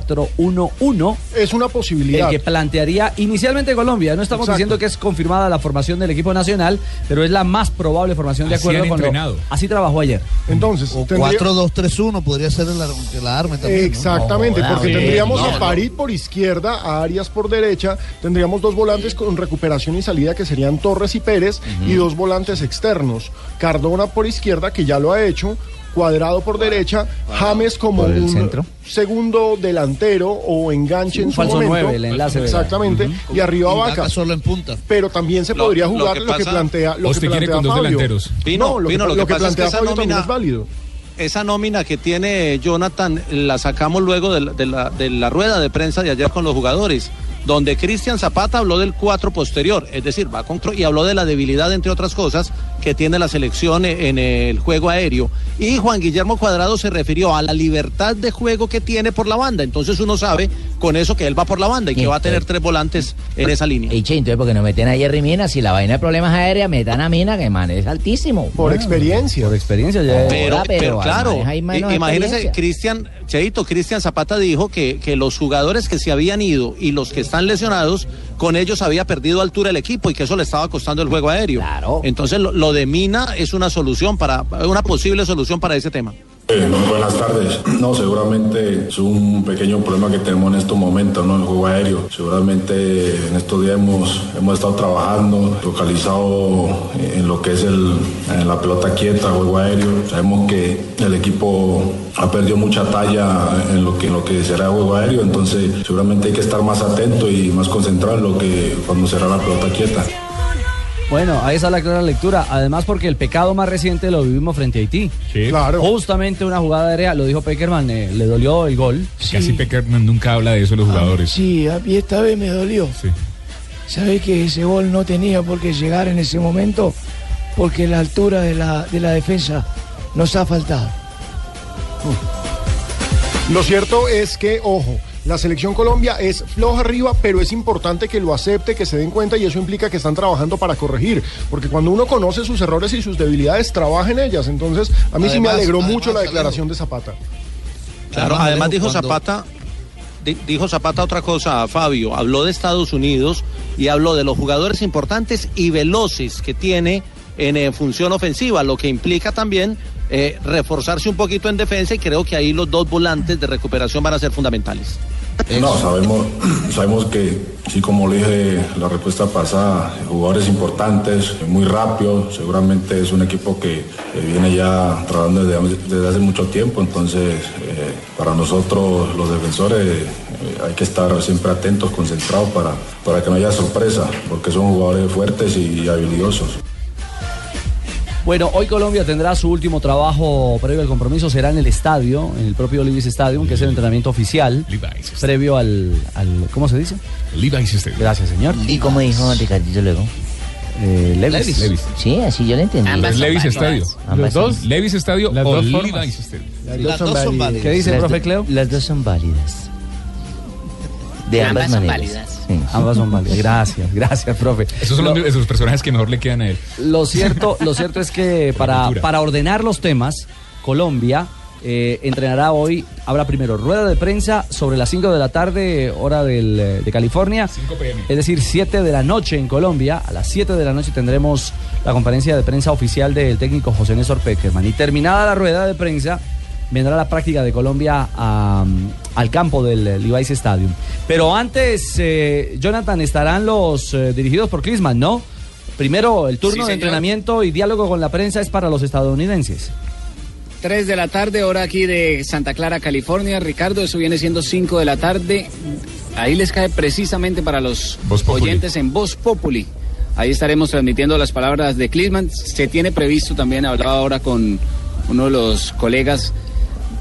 Speaker 10: 4-4-1-1.
Speaker 5: Es una posibilidad.
Speaker 10: El que plantearía inicialmente Colombia. No estamos
Speaker 5: Exacto.
Speaker 10: diciendo que es confirmada la formación del equipo nacional, pero es la más probable formación de
Speaker 14: Así
Speaker 10: acuerdo
Speaker 14: han
Speaker 10: con lo-
Speaker 14: entrenado.
Speaker 10: Así trabajó ayer.
Speaker 5: Entonces,
Speaker 14: O 4-2-3-1 podría ser el, ar- que la arme también. ¿no?
Speaker 5: Exactamente, porque
Speaker 14: Sí,
Speaker 5: tendríamos
Speaker 14: no,
Speaker 5: a
Speaker 14: no.
Speaker 5: Farid por izquierda, a Arias por derecha, tendríamos dos volantes con recuperación y salida que serían Torres y Pérez y dos volantes externos, Cardona por izquierda que ya lo ha hecho, Cuadrado por derecha, James como
Speaker 21: Por el
Speaker 5: un
Speaker 21: centro.
Speaker 5: segundo delantero o enganche en
Speaker 21: un
Speaker 5: su
Speaker 21: falso
Speaker 5: momento.
Speaker 21: nueve, el enlace de-
Speaker 5: Exactamente, y arriba Vaca. solo en punta. Pero también se
Speaker 12: Lo-
Speaker 5: podría
Speaker 12: lo
Speaker 5: jugar
Speaker 12: que
Speaker 5: lo que,
Speaker 12: pasa-
Speaker 5: plantea lo
Speaker 12: Usted
Speaker 5: que
Speaker 12: quiere
Speaker 5: plantea
Speaker 12: con dos
Speaker 5: Fabio.
Speaker 12: delanteros. Pino,
Speaker 5: no, lo
Speaker 12: Pino,
Speaker 5: que,
Speaker 12: lo que pasa es que
Speaker 5: plantea
Speaker 12: esa
Speaker 5: Fabio también
Speaker 12: nómina-
Speaker 5: es válido.
Speaker 12: Esa nómina que tiene Jonathan la sacamos luego de la, de la- de la rueda de prensa de ayer con los jugadores, donde Cristian Zapata habló del 4 posterior, es decir, va con y habló de la debilidad, entre otras cosas, que tiene la selección eh, en el juego aéreo. Y Juan Guillermo Cuadrado se refirió a la libertad de juego que tiene por la banda. Entonces uno sabe con eso que él va por la banda y que va a tener tres volantes en esa línea.
Speaker 6: Y che, entonces porque no meten a Jerry Mina, si la vaina de problemas aéreas, metan a Mina, que man, es altísimo. Por
Speaker 5: experiencia.
Speaker 10: Por experiencia,
Speaker 6: ya.
Speaker 12: Pero,
Speaker 6: Ahora,
Speaker 12: pero
Speaker 6: pero
Speaker 12: claro,
Speaker 6: además hay menos
Speaker 12: i- imagínese,
Speaker 6: experiencia.
Speaker 12: Cristian, Cheito, Cristian Zapata dijo que, que los jugadores que se habían ido y los que están lesionados, con ellos había perdido altura el equipo y que eso le estaba costando el juego aéreo. Entonces, lo, lo de Mina es una solución para, una posible solución para ese tema.
Speaker 2: Eh, buenas tardes. No, seguramente es un pequeño problema que tenemos en estos momentos, ¿no? El juego aéreo. Seguramente en estos días hemos, hemos estado trabajando, localizado en lo que es el, en la pelota quieta, juego aéreo. Sabemos que el equipo ha perdido mucha talla en lo que, en lo que será el juego aéreo, entonces seguramente hay que estar más atento y más concentrado en lo que cuando será la pelota quieta.
Speaker 10: Bueno, ahí está la clara lectura. Además, porque el pecado más reciente lo vivimos frente a Haití.
Speaker 5: Claro.
Speaker 10: Justamente una jugada aérea, lo dijo Peckerman, eh, le dolió el gol.
Speaker 9: Casi Peckerman nunca habla de eso
Speaker 6: Ah,
Speaker 9: los jugadores.
Speaker 7: Sí, a mí esta vez me dolió. Sabés que ese gol no tenía por qué llegar en ese momento porque la altura de la, de la defensa nos ha faltado.
Speaker 5: Lo cierto es que, ojo, la selección Colombia es floja arriba, pero es importante que lo acepte, que se den cuenta y eso implica que están trabajando para corregir, porque cuando uno conoce sus errores y sus debilidades, trabaja en ellas. Entonces, a mí sí me
Speaker 2: Además-
Speaker 5: alegró
Speaker 2: además,
Speaker 5: mucho la
Speaker 2: Alejo.
Speaker 5: declaración de Zapata.
Speaker 12: Claro,
Speaker 2: Además,
Speaker 12: además
Speaker 2: Alejo,
Speaker 12: dijo
Speaker 2: cuando-
Speaker 12: Zapata, di- dijo Zapata otra cosa, Fabio, habló de Estados Unidos y habló de los jugadores importantes y veloces que tiene en eh, función ofensiva, lo que implica también eh, reforzarse un poquito en defensa y creo que ahí los dos volantes de recuperación van a ser fundamentales.
Speaker 2: No, Eh, sabemos, sabemos que, sí, como le dije la respuesta pasada, jugadores importantes, muy rápidos, seguramente es un equipo que eh, viene ya trabajando desde, desde hace mucho tiempo, entonces eh, para nosotros los defensores eh, hay que estar siempre atentos, concentrados para, para que no haya sorpresa, porque son jugadores fuertes y habilidosos.
Speaker 10: Bueno, hoy Colombia tendrá su último trabajo previo al compromiso, será en el estadio, en el propio Levi's Stadium,
Speaker 9: Mm.
Speaker 10: que es el entrenamiento oficial, previo al, al- ¿cómo se dice?
Speaker 9: Levi's Stadium.
Speaker 10: Gracias, señor.
Speaker 6: ¿Y cómo dijo Ricardito luego?
Speaker 10: Eh, Levis. Levis.
Speaker 6: Sí, así yo le entendí.
Speaker 9: Levis Levis Estadio.
Speaker 6: Ambas son-
Speaker 9: Levis Estadio
Speaker 6: Las
Speaker 9: o
Speaker 6: dos
Speaker 9: Levi's
Speaker 6: formas.
Speaker 9: Stadium.
Speaker 6: ¿Qué dice el profe
Speaker 10: Cleo?
Speaker 6: Las dos son válidas. De ambas, maneras.
Speaker 10: Ambas son válidas. Gracias, gracias, profe.
Speaker 9: Esos son los, esos personajes que mejor le quedan a él.
Speaker 10: Lo cierto, lo cierto es que para, para ordenar los temas, Colombia eh, entrenará hoy, habrá primero rueda de prensa sobre las 5 de la tarde, hora del, eh, de California. Es decir, 7 de la noche en Colombia. A las 7 de la noche tendremos la conferencia de prensa oficial del técnico José Néstor Peckerman. Y terminada la rueda de prensa, vendrá la práctica de Colombia a, mm, al campo del eh, Levi's Stadium. Pero antes, eh, Jonathan, estarán los eh, dirigidos por Clisman, ¿no? Primero, el turno
Speaker 20: Sí,
Speaker 10: de
Speaker 20: señor.
Speaker 10: entrenamiento y diálogo con la prensa es para los estadounidenses.
Speaker 20: 3 de la tarde, hora aquí de Santa Clara, California. Ricardo, eso viene siendo 5 de la tarde. Ahí les cae precisamente para los oyentes en Voz Populi. Ahí estaremos transmitiendo las palabras de Klinsmann. Se tiene previsto también, hablaba ahora con uno de los colegas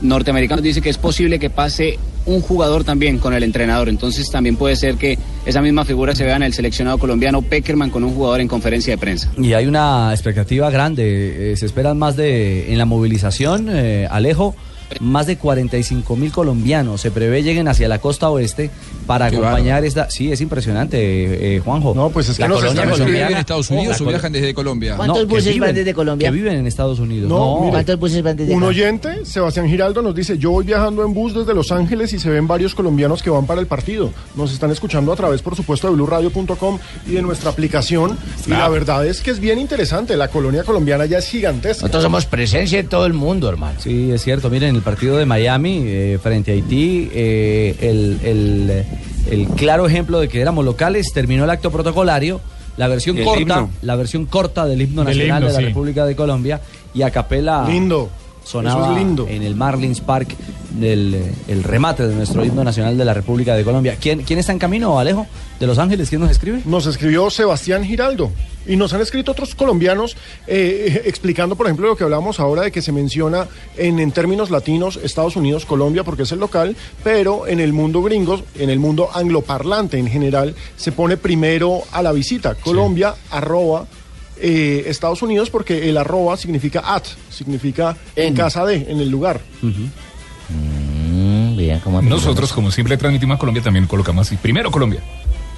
Speaker 20: norteamericanos, dice que es posible que pase un jugador también con el entrenador. Entonces también puede ser que esa misma figura se vea en el seleccionado colombiano Peckerman con un jugador en conferencia de prensa.
Speaker 10: Y hay una expectativa grande. eh, se esperan más de, en la movilización, eh, Alejo, más de 45 mil colombianos se prevé lleguen hacia la costa oeste para
Speaker 13: Qué
Speaker 10: acompañar esta. Sí, es impresionante, eh, eh, Juanjo. No,
Speaker 5: pues
Speaker 13: es que
Speaker 10: la
Speaker 13: nos
Speaker 10: colonia
Speaker 13: están-
Speaker 10: colombiana.
Speaker 13: ¿Viven en Estados Unidos o viajan desde Colombia?
Speaker 6: ¿Cuántos
Speaker 10: No, que
Speaker 6: buses van
Speaker 10: viven-
Speaker 6: desde Colombia?
Speaker 10: Que viven en Estados Unidos.
Speaker 5: No, mire,
Speaker 6: ¿Cuántos
Speaker 10: pues,
Speaker 6: buses van desde
Speaker 5: Un
Speaker 6: acá?
Speaker 5: oyente, Sebastián Giraldo, nos dice, yo voy viajando en bus desde Los Ángeles y se ven varios colombianos que van para el partido. Nos están escuchando a través, por supuesto, de blurradio.com y de nuestra aplicación. Y la verdad es que es bien interesante, la colonia colombiana ya es gigantesca.
Speaker 22: Nosotros somos presencia en todo el mundo, hermano.
Speaker 10: Sí, es cierto. Miren, el partido de Miami eh, frente a Haití, eh, el, el- el claro ejemplo de que éramos locales, terminó el acto protocolario, la versión
Speaker 22: El
Speaker 10: corta,
Speaker 22: himno.
Speaker 10: la versión corta del himno
Speaker 22: Del
Speaker 10: nacional
Speaker 22: himno,
Speaker 10: de la
Speaker 22: sí.
Speaker 10: República de Colombia y a capela
Speaker 5: Lindo.
Speaker 10: sonaba
Speaker 5: Eso es lindo.
Speaker 10: en el Marlins Park del, eh, el remate de nuestro himno nacional de la República de Colombia. ¿Quién, quién está en camino, Alejo? ¿De Los Ángeles? ¿Quién nos escribe?
Speaker 5: Nos escribió Sebastián Giraldo. Y nos han escrito otros colombianos eh, explicando, por ejemplo, lo que hablamos ahora de que se menciona en, en términos latinos Estados Unidos, Colombia, porque es el local, pero en el mundo gringos, en el mundo angloparlante en general, se pone primero a la visita. Colombia, arroba, eh, Estados Unidos, porque el arroba significa at, significa en casa de, en el lugar.
Speaker 10: Mm,
Speaker 9: Nosotros, como siempre transmitimos a Colombia, también colocamos así. Primero Colombia.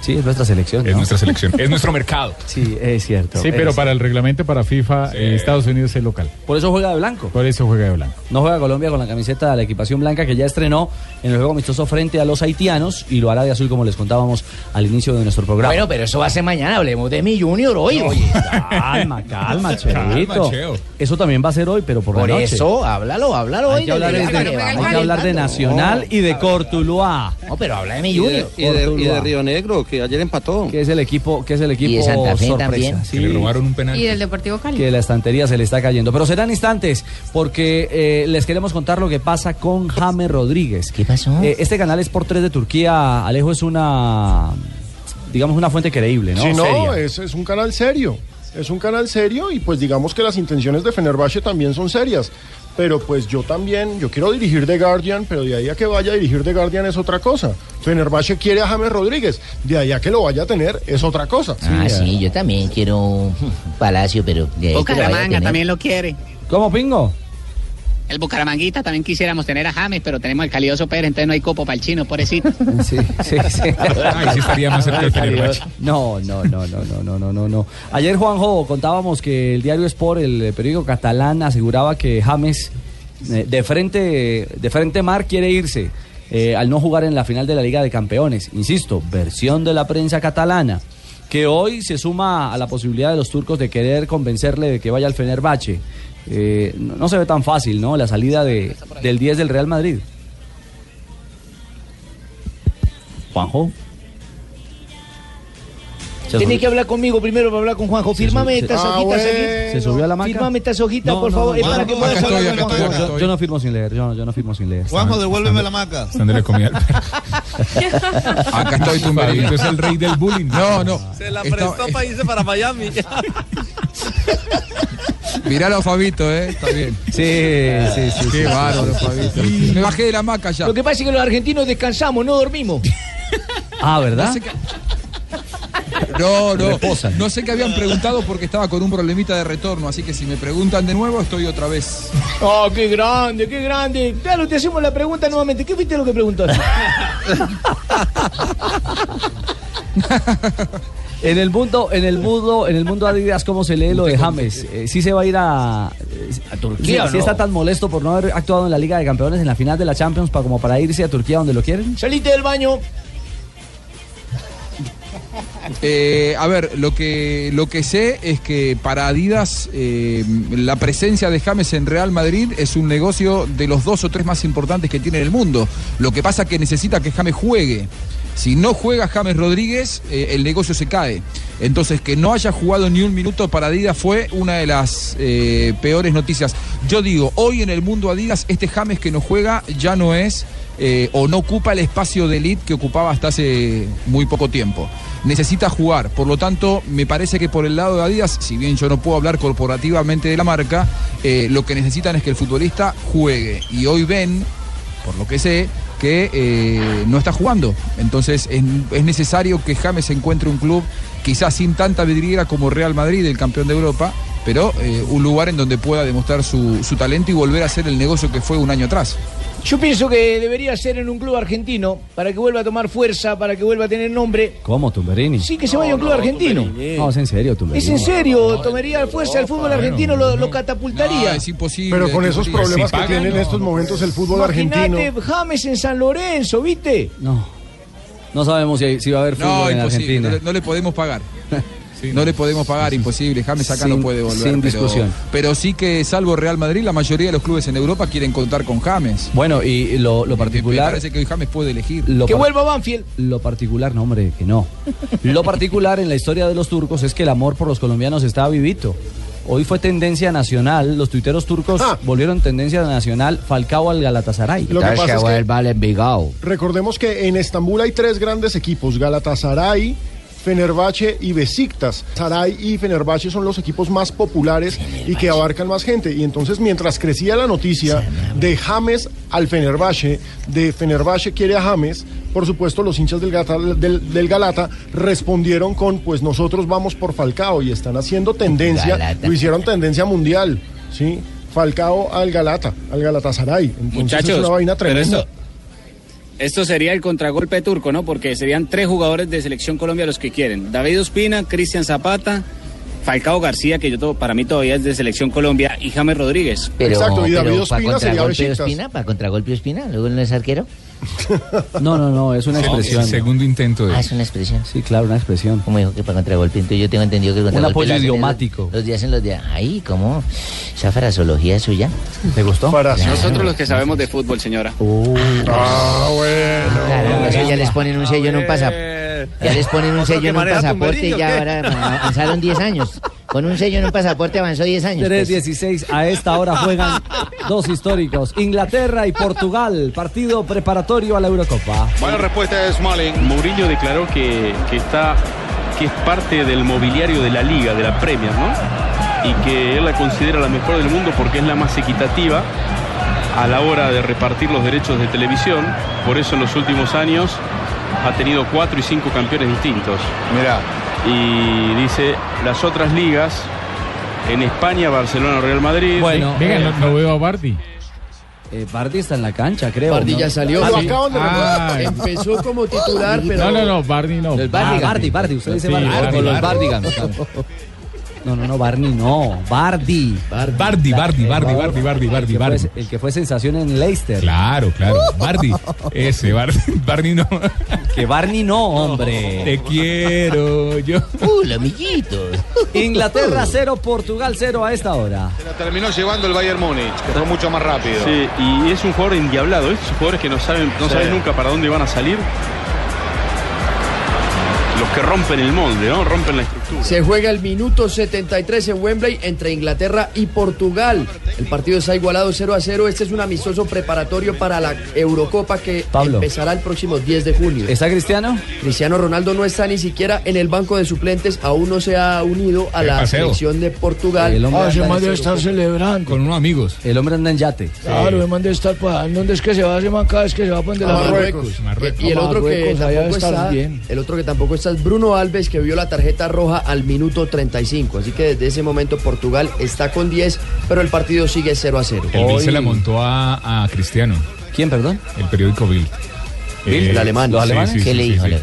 Speaker 10: Sí, es nuestra selección.
Speaker 9: Es nuestra selección. es nuestro mercado.
Speaker 10: Sí, es cierto.
Speaker 11: Sí, pero para el reglamento para FIFA, eh, Estados Unidos es el local.
Speaker 10: Por eso juega de blanco.
Speaker 11: Por eso juega de blanco.
Speaker 10: No juega Colombia con la camiseta de la equipación blanca que ya estrenó en el juego amistoso frente a los haitianos y lo hará de azul como les contábamos al inicio de nuestro programa.
Speaker 17: Bueno, pero eso va a ser mañana. Hablemos de mi Junior hoy. Oye,
Speaker 10: calma, calma,
Speaker 17: Calma,
Speaker 10: Cheito.
Speaker 17: Cheo.
Speaker 10: Eso también va a ser hoy, pero por,
Speaker 17: Por
Speaker 10: la noche.
Speaker 17: eso, háblalo, háblalo
Speaker 10: Hay
Speaker 17: hoy.
Speaker 10: que hablar, es de, hay que hablar de Nacional y de Cortuluá.
Speaker 17: No, pero habla de mi
Speaker 10: Y de-
Speaker 17: Junior.
Speaker 10: y de- y de Río
Speaker 12: Negro, que ayer empató.
Speaker 10: Que es el equipo, que es el equipo
Speaker 17: Y de Santa Fe
Speaker 10: sorpresa.
Speaker 17: también.
Speaker 10: sí.
Speaker 17: Que le robaron
Speaker 9: un penal.
Speaker 18: Y del Deportivo Cali.
Speaker 10: que la estantería se le está cayendo. Pero serán instantes, porque eh, les queremos contar lo que pasa con James Rodríguez. ¿Qué pasó? este canal es por 3 de Turquía. Alejo es una, digamos, una fuente creíble, ¿no?
Speaker 5: Sí, no,
Speaker 10: Seria.
Speaker 5: es, es un canal serio. Es un canal serio y pues digamos que las intenciones de Fenerbahce también son serias. Pero pues yo también, yo quiero dirigir The Guardian, pero de ahí a que vaya a dirigir The Guardian es otra cosa. Fenerbahce quiere a James Rodríguez, de ahí a que lo vaya a tener es otra cosa.
Speaker 6: Ah, sí, yo también quiero un Palacio, pero de ahí que lo vaya a
Speaker 20: Bucaramanga
Speaker 6: tener.
Speaker 20: también lo quiere.
Speaker 10: ¿Cómo, Pingo?
Speaker 20: El Bucaramanguita también quisiéramos tener a James, pero tenemos al Calioso Pérez, entonces no hay copo para el chino, pobrecito.
Speaker 10: Sí, sí, sí.
Speaker 20: Ay, sí estaría más cerca del Fenerbahce.
Speaker 10: No, no, no, no, no, no, no, no, no. Ayer, Juanjo, contábamos que el diario Sport, el eh, periódico catalán, aseguraba que James eh, de frente, de frente mar quiere irse eh, al no jugar en la final de la Liga de Campeones. Insisto, versión de la prensa catalana que hoy se suma a la posibilidad de los turcos de querer convencerle de que vaya al Fenerbahce. Eh, no, no se ve tan fácil, ¿no? La salida de, del 10 del Real Madrid. Juanjo. Se
Speaker 7: Tiene
Speaker 10: subió-
Speaker 7: que hablar conmigo primero para hablar con Juanjo. Fírmame
Speaker 10: se-
Speaker 7: estas
Speaker 10: Ah,
Speaker 7: hojitas
Speaker 10: bueno.
Speaker 7: aquí.
Speaker 10: ¿Se subió a la hamaca?
Speaker 7: Fírmame estas hojitas,
Speaker 10: No,
Speaker 7: por
Speaker 10: no,
Speaker 7: favor.
Speaker 10: no,
Speaker 7: es para
Speaker 10: Juanjo,
Speaker 7: que puedas
Speaker 10: acá
Speaker 7: hablar
Speaker 10: estoy,
Speaker 7: con
Speaker 10: acá
Speaker 7: Juanjo.
Speaker 10: estoy. Yo, yo no firmo sin leer, yo no, yo no firmo sin leer.
Speaker 9: Juanjo,
Speaker 10: devuélveme la
Speaker 14: maca.
Speaker 9: Dándole comida al perro. Acá estoy tumberín. es el rey del bullying. No, no.
Speaker 23: Se la
Speaker 9: Esta-
Speaker 23: prestó para irse para Miami.
Speaker 13: Miralo, Fabito, ¿eh? Está bien.
Speaker 10: Sí, sí, sí.
Speaker 13: Qué bárbaro, Fabito. Me bajé de la maca ya.
Speaker 7: Lo que pasa es que los argentinos descansamos, no dormimos.
Speaker 10: Ah, ¿verdad?
Speaker 13: No, no.
Speaker 10: Reposan.
Speaker 13: No sé qué habían preguntado porque estaba con un problemita de retorno. Así que si me preguntan de nuevo, estoy otra vez.
Speaker 7: Oh, qué grande, qué grande. Claro, te hacemos la pregunta nuevamente. ¿Qué viste lo que preguntaste?
Speaker 10: En el mundo, en el mundo, en el mundo Adidas, ¿cómo se lee lo de James? Eh, ¿Sí se va a ir a, eh, a
Speaker 17: Turquía o
Speaker 10: ¿Sí,
Speaker 17: no?
Speaker 10: está tan molesto por no haber actuado en la Liga de Campeones en la final de la Champions para como para irse a Turquía donde lo quieren?
Speaker 7: Salite del baño.
Speaker 13: Eh, a ver, lo que, lo que sé es que para Adidas eh, la presencia de James en Real Madrid es un negocio de los dos o tres más importantes que tiene en el mundo. Lo que pasa que necesita que James juegue. Si no juega James Rodríguez, eh, el negocio se cae. Entonces, que no haya jugado ni un minuto para Adidas fue una de las eh, peores noticias. Yo digo, hoy en el mundo Adidas, este James que no juega ya no es eh, o no ocupa el espacio de elite que ocupaba hasta hace muy poco tiempo. Necesita jugar, por lo tanto, me parece que por el lado de Adidas, si bien yo no puedo hablar corporativamente de la marca, eh, lo que necesitan es que el futbolista juegue. Y hoy ven, por lo que sé, que eh, no está jugando. Entonces es, es necesario que James encuentre un club, quizás sin tanta vidriera como Real Madrid, el campeón de Europa, pero eh, un lugar en donde pueda demostrar su, su talento y volver a hacer el negocio que fue un año atrás.
Speaker 7: Yo pienso que debería ser en un club argentino para que vuelva a tomar fuerza, para que vuelva a tener nombre.
Speaker 10: ¿Cómo, Tumberini?
Speaker 7: Sí, que se vaya a un club argentino.
Speaker 10: No, es en serio, Tumberini.
Speaker 7: Es en serio, tomaría fuerza el fútbol argentino, lo, lo catapultaría.
Speaker 13: es imposible.
Speaker 5: Pero con esos problemas que tiene en
Speaker 7: tienen
Speaker 5: estos momentos el fútbol argentino.
Speaker 7: Imagínate James en San Lorenzo, ¿viste?
Speaker 10: No. No sabemos si, hay- si va a haber fútbol
Speaker 13: No,
Speaker 10: en
Speaker 13: imposible,
Speaker 10: Argentina.
Speaker 13: no le, no le podemos pagar. no le podemos pagar, imposible. James acá no
Speaker 10: Sin-
Speaker 13: puede volver.
Speaker 10: sin
Speaker 13: pero-
Speaker 10: discusión.
Speaker 13: Pero, sí que, salvo Real Madrid, la mayoría de los clubes en Europa quieren contar con James.
Speaker 10: Bueno, y lo, lo
Speaker 13: Me
Speaker 10: particular.
Speaker 13: parece que hoy James puede elegir.
Speaker 10: Lo par-
Speaker 7: Banfield.
Speaker 10: Lo particular, no, hombre, que no. Lo particular en la historia de los turcos es que el amor por los colombianos está vivito. Hoy fue tendencia nacional, los tuiteros turcos volvieron tendencia nacional Falcao al Galatasaray.
Speaker 5: Lo que pasa es que-
Speaker 10: al Envigado.
Speaker 5: Recordemos que en Estambul hay tres grandes equipos, Galatasaray, Fenerbahce y Besiktas. Saray y Fenerbahce son los equipos más populares y que abarcan más gente. Y entonces, mientras crecía la noticia de James al Fenerbahce, de Fenerbahce quiere a James, por supuesto, los hinchas del, Gata- del- del Galata respondieron con, pues nosotros vamos por Falcao y están haciendo tendencia,
Speaker 18: Galata.
Speaker 5: lo hicieron tendencia mundial, ¿sí? Falcao al Galata, al Galatasaray. Entonces,
Speaker 20: Muchachos,
Speaker 5: es una vaina
Speaker 20: pero
Speaker 5: tremenda.
Speaker 20: esto- Esto sería el contragolpe turco, ¿no? Porque serían tres jugadores de Selección Colombia los que quieren. David Ospina, Cristian Zapata, Falcao García, que yo to- para mí todavía es de Selección Colombia, y James Rodríguez.
Speaker 6: Pero, pero para contragolpe de Ospina, para contragolpe de Ospina, luego él no es arquero.
Speaker 10: No, no, no, es una
Speaker 6: No,
Speaker 10: expresión.
Speaker 6: es el
Speaker 9: segundo intento
Speaker 6: Ah, es una expresión.
Speaker 10: Sí, claro, una expresión.
Speaker 6: Como dijo que para contragolpe, entonces yo tengo entendido que el
Speaker 10: Un
Speaker 6: contragolpe
Speaker 10: apoyo
Speaker 6: lo hacen en los-
Speaker 10: idiomático.
Speaker 6: Los días en los días. Ay, ¿cómo? Esa fraseología suya.
Speaker 10: ¿Te gustó?
Speaker 20: Nosotros los que sabemos de fútbol, señora.
Speaker 6: Ah, bueno. Caramba, eso ya les ponen un sello en un pasaporte. Ya les ponen un
Speaker 20: Otro
Speaker 6: sello
Speaker 20: que
Speaker 6: en un
Speaker 20: maneja
Speaker 6: pasaporte y
Speaker 20: tumberillo, ¿qué?
Speaker 6: ya ahora avanzaron 10 años. Con un sello en un pasaporte avanzó 10 años. pues.
Speaker 10: 3-16, a esta hora juegan dos históricos, Inglaterra y Portugal, partido preparatorio a la Eurocopa.
Speaker 23: Buena respuesta es Smalling. Mourinho declaró que, que está que es parte del mobiliario de la liga, de la Premier, ¿no? Y que él la considera la mejor del mundo porque es la más equitativa a la hora de repartir los derechos de televisión. Por eso en los últimos años ha tenido cuatro y cinco campeones distintos. Mira. Y dice las otras ligas en España, Barcelona, Real Madrid.
Speaker 11: Bueno,
Speaker 10: eh,
Speaker 11: Venga, no- no veo a Bardi.
Speaker 10: Bardi está en la cancha, creo.
Speaker 11: Bardi
Speaker 10: ¿no?
Speaker 11: ya salió.
Speaker 10: Ah,
Speaker 11: Lo
Speaker 10: sí.
Speaker 11: acaban de
Speaker 10: Ah,
Speaker 11: renovar.
Speaker 10: empezó como
Speaker 11: titular, pero- No, no, no, Bardi no.
Speaker 10: El Bardi,
Speaker 11: Bardi.
Speaker 10: Bardi, Bardi, usted dice
Speaker 11: Sí,
Speaker 10: Bardi.
Speaker 11: Bardi,
Speaker 10: o los
Speaker 11: Bardi.
Speaker 10: Bardigans. No, no, no, Barney no, Bardi.
Speaker 9: Bardi, Bardi, Bardi, Bardi, Bardi, Bardi, Bardi.
Speaker 10: El que fue sensación en Leicester.
Speaker 9: Claro, claro. Bardi. Ese, Bardi, Barney no.
Speaker 10: Que Barney no, hombre.
Speaker 9: Te quiero yo.
Speaker 10: ¡Hola, amiguitos! Inglaterra 0, Portugal 0 a esta hora.
Speaker 23: La terminó llevando el Bayern Múnich, que fue mucho más rápido. Sí, y es un jugador endiablado, estos jugadores que no saben, no Sí. saben nunca para dónde van a salir. Los que rompen el molde, ¿no? Rompen la estructura.
Speaker 24: Se juega el minuto 73 en Wembley entre Inglaterra y Portugal. El partido está igualado 0 a 0. Este es un amistoso preparatorio para la Eurocopa que
Speaker 10: Pablo.
Speaker 24: empezará el próximo 10 de junio.
Speaker 10: ¿Está Cristiano?
Speaker 24: Cristiano Ronaldo no está ni siquiera en el banco de suplentes. Aún no se ha unido a
Speaker 10: Qué
Speaker 24: la
Speaker 10: paseo.
Speaker 24: selección de Portugal.
Speaker 17: Ah, ese man
Speaker 24: Esta
Speaker 17: debe estar
Speaker 24: Eurocopa.
Speaker 17: celebrando.
Speaker 10: Con unos amigos. El hombre anda en yate.
Speaker 17: Claro, ese man debe estar para. ¿Dónde es que se va ese man cada vez que se va a poner de la
Speaker 24: Y el otro, que
Speaker 17: Marruecos, allá debe
Speaker 24: tampoco
Speaker 17: estar
Speaker 24: está,
Speaker 17: bien.
Speaker 24: el otro que tampoco está es Bruno Alves, que vio la tarjeta roja al minuto 35. Así que desde ese momento Portugal está con 10, pero el partido sigue 0 a 0.
Speaker 9: El Bill se la montó a, a Cristiano.
Speaker 10: ¿Quién, perdón?
Speaker 9: El periódico Bill. Eh,
Speaker 24: Bild, el alemán. ¿Los alemanes? ¿Qué le dijo, Leo?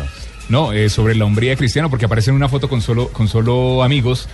Speaker 9: No, eh, sobre la hombría de Cristiano, porque aparece en una foto con solo, con solo amigos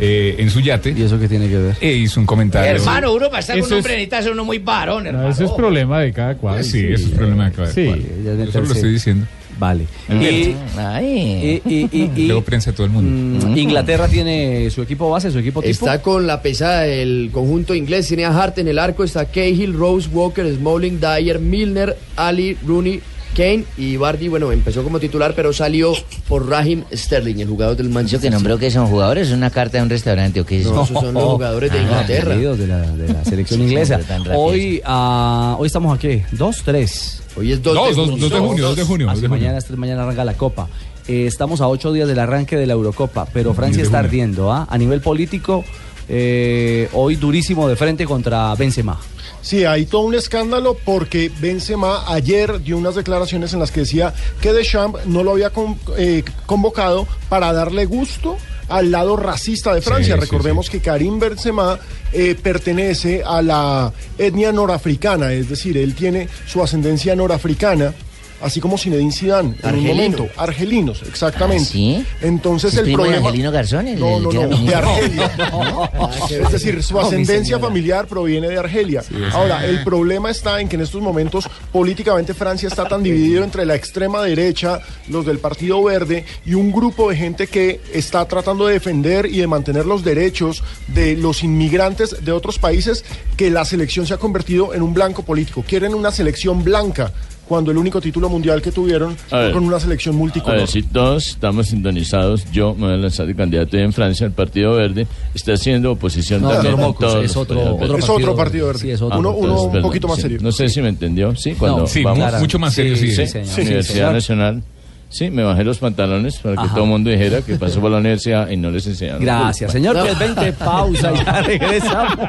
Speaker 9: eh, en su yate. ¿Y
Speaker 10: eso qué tiene que ver?
Speaker 9: E hizo un comentario.
Speaker 17: Hermano, uno para estar con
Speaker 11: Eso
Speaker 17: un hombre
Speaker 11: es-
Speaker 17: necesita ser uno muy varón, hermano.
Speaker 11: No, ese
Speaker 7: Oh.
Speaker 11: es problema de cada cual.
Speaker 9: Sí, eso
Speaker 7: eh,
Speaker 9: es problema de cada
Speaker 11: Sí.
Speaker 9: cual. Yo
Speaker 11: Ya de
Speaker 9: solo lo
Speaker 11: tercero.
Speaker 9: estoy diciendo.
Speaker 10: Vale. Y- y- y- y- y-
Speaker 9: Luego prensa a todo el mundo.
Speaker 10: Mm, Inglaterra tiene su equipo base, su equipo tipo.
Speaker 24: Está con la pesada del conjunto inglés. Tiene a Hart en el arco. Está Cahill, Rose, Walker, Smalling, Dyer, Milner, Ali, Rooney, Kane y Bardi. Bueno, empezó como titular, pero salió por Raheem Sterling, el jugador del
Speaker 6: Yo que
Speaker 24: Manchester
Speaker 6: nombró que son jugadores, es una carta de un restaurante o qué es Oh, ah,
Speaker 24: No, esos son los jugadores
Speaker 10: Ah,
Speaker 24: de Inglaterra.
Speaker 10: queridos de la, de la selección inglesa.
Speaker 6: Tan rápido.
Speaker 10: Hoy, ah, hoy estamos aquí, 2, 3.
Speaker 24: Hoy es
Speaker 9: dos Dos, de dos, junio. dos de junio, dos de junio, dos de junio.
Speaker 10: Mañana, es tres, mañana arranca la Copa. Eh, estamos a ocho días del arranque de la Eurocopa, pero Francia
Speaker 9: de
Speaker 10: está
Speaker 9: junio.
Speaker 10: ardiendo. ¿ah? A nivel político, eh, hoy durísimo de frente contra Benzema.
Speaker 5: Sí, hay todo un escándalo porque Benzema ayer dio unas declaraciones en las que decía que Deschamps no lo había con- eh, convocado para darle gusto al lado racista de Francia.
Speaker 25: sí,
Speaker 5: Recordemos que Karim Benzema eh, pertenece a la etnia norafricana, es decir, él tiene su ascendencia norafricana. Así como Zinedine Zidane, en un
Speaker 6: Argelino.
Speaker 5: momento, argelinos, exactamente.
Speaker 6: Ah, ¿sí?
Speaker 5: Entonces
Speaker 6: ¿Es
Speaker 5: el
Speaker 6: primo de
Speaker 5: problema
Speaker 6: Angelino Garzón, el-
Speaker 5: no,
Speaker 6: el
Speaker 5: no,
Speaker 6: que era
Speaker 5: no, de
Speaker 6: ministro?
Speaker 5: Argelia. Es decir, su
Speaker 6: No, mi
Speaker 5: ascendencia
Speaker 6: señora.
Speaker 5: familiar proviene de Argelia.
Speaker 6: es
Speaker 5: Ahora,
Speaker 6: verdad.
Speaker 5: el problema está en que en estos momentos políticamente Francia está tan dividido entre la extrema derecha, los del Partido Verde y un grupo de gente que está tratando de defender y de mantener los derechos de los inmigrantes de otros países que la selección se ha convertido en un blanco político. Quieren una selección blanca cuando el único título mundial que tuvieron
Speaker 26: A
Speaker 5: fue
Speaker 26: ver.
Speaker 5: con una selección
Speaker 26: A
Speaker 5: multicolor.
Speaker 26: ver, si todos estamos sintonizados, yo me voy a lanzar de candidato en Francia, el Partido Verde está haciendo oposición
Speaker 5: No,
Speaker 26: también.
Speaker 5: señor
Speaker 26: en
Speaker 5: Mocus,
Speaker 26: todos
Speaker 5: es
Speaker 26: los
Speaker 5: otro-
Speaker 26: partidos
Speaker 5: otro Es
Speaker 26: verdes.
Speaker 5: otro partido partido verde. verde. Sí, es otro. Uno- uno
Speaker 26: entonces,
Speaker 5: un
Speaker 26: perdón,
Speaker 5: poquito más
Speaker 26: sí.
Speaker 5: serio.
Speaker 26: No sé si me entendió, ¿sí? Cuando
Speaker 9: No, sí,
Speaker 26: vamos-
Speaker 9: mu- mucho más serio, sí,
Speaker 26: sí,
Speaker 9: señor. Sí,
Speaker 26: Universidad
Speaker 9: señor.
Speaker 26: Nacional. Sí, me bajé los pantalones para que
Speaker 10: Ajá.
Speaker 26: todo el mundo dijera que pasó por la universidad y no les enseñaron.
Speaker 10: Gracias, señor. Que es 20, pausa y ya regresamos.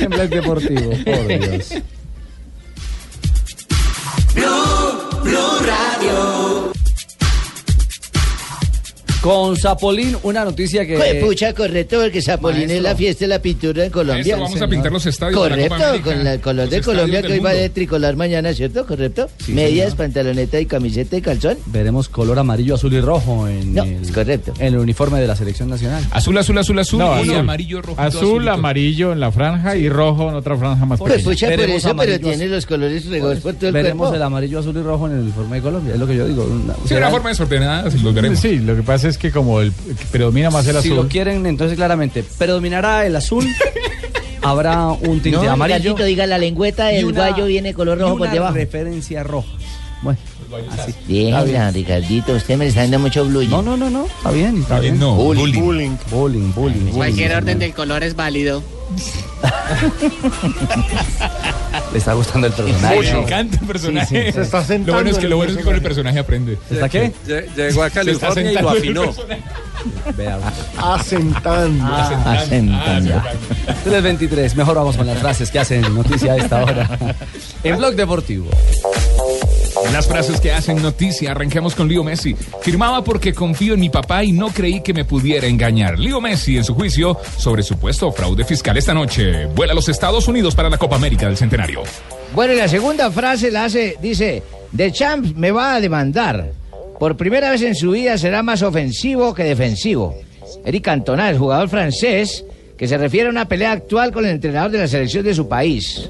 Speaker 10: en Blog Deportivo,
Speaker 6: Oh,
Speaker 10: por Dios.
Speaker 4: Radio.
Speaker 10: Con Zapolín, una noticia que.
Speaker 6: Pues, pucha, correcto, porque Zapolín
Speaker 10: Maestro.
Speaker 6: es la fiesta de la pintura en Colombia.
Speaker 10: Maestro, vamos a pintar los estadios de la
Speaker 6: Correcto,
Speaker 10: Copa América,
Speaker 6: con la- con los
Speaker 10: los
Speaker 6: de
Speaker 10: estadios
Speaker 6: Colombia
Speaker 10: del
Speaker 6: que hoy va
Speaker 10: mundo.
Speaker 6: de tricolor mañana, ¿cierto? ¿Correcto?
Speaker 10: Sí,
Speaker 6: Medias,
Speaker 10: señor.
Speaker 6: pantaloneta y camiseta y calzón.
Speaker 10: Veremos color amarillo, azul y rojo en, el, correcto. en el uniforme de la selección nacional.
Speaker 9: Azul, azul, azul, azul.
Speaker 10: No,
Speaker 9: y
Speaker 10: azul.
Speaker 9: amarillo, rojo.
Speaker 11: Azul, amarillo en la franja y rojo en otra franja más
Speaker 6: Pues
Speaker 11: pequeña.
Speaker 6: pucha, por
Speaker 10: Veremos
Speaker 6: eso, pero
Speaker 10: amarillos.
Speaker 6: tiene los colores regados por todo el
Speaker 10: Veremos
Speaker 6: cuerpo.
Speaker 10: el amarillo, azul y rojo en el uniforme de Colombia, es lo que yo digo. Una- será-
Speaker 9: desordenada, lo veremos.
Speaker 11: Sí, lo que pasa es que como el, predomina más el
Speaker 10: Si
Speaker 11: azul.
Speaker 10: lo quieren, entonces claramente predominará el azul. habrá un tinte
Speaker 6: No,
Speaker 10: amarillo.
Speaker 6: Ricardito, diga, la lengüeta
Speaker 10: y
Speaker 6: del
Speaker 10: una-
Speaker 6: guayo viene color
Speaker 10: y
Speaker 6: rojo por
Speaker 10: una
Speaker 6: debajo.
Speaker 10: referencia roja. Bueno, así. Está bien.
Speaker 6: Déjela, Ricardito, usted me está dando mucho blue. No,
Speaker 10: no, no, no, está bien, está bien.
Speaker 9: No,
Speaker 6: bullying.
Speaker 5: Bullying.
Speaker 10: Bullying, bullying.
Speaker 20: Cualquier
Speaker 10: bullying.
Speaker 20: orden del color es válido.
Speaker 10: Le está gustando el personaje.
Speaker 9: Me encanta el personaje.
Speaker 10: Sí, sí, sí.
Speaker 9: Lo bueno es que, lo bueno es que con el personaje aprende.
Speaker 10: ¿Está qué?
Speaker 27: Lle- Llegó a
Speaker 9: Se está
Speaker 27: California y lo
Speaker 9: sentando el
Speaker 27: afinó.
Speaker 5: Asentando.
Speaker 6: Ah,
Speaker 10: Ah, Asentando. 3.23, mejor vamos con las frases que hacen noticia a esta hora. En Blog Deportivo.
Speaker 9: Las frases que hacen noticia. Arranquemos con Leo Messi. Firmaba porque confío en mi papá y no creí que me pudiera engañar. Leo Messi en su juicio sobre supuesto fraude fiscal esta noche. Vuela a los Estados Unidos para la Copa América del Centenario.
Speaker 6: Bueno, y la segunda frase la hace, dice, The Champ me va a demandar. Por primera vez en su vida será más ofensivo que defensivo. Eric Cantona, el jugador francés, que se refiere a una pelea actual con el entrenador de la selección de su país.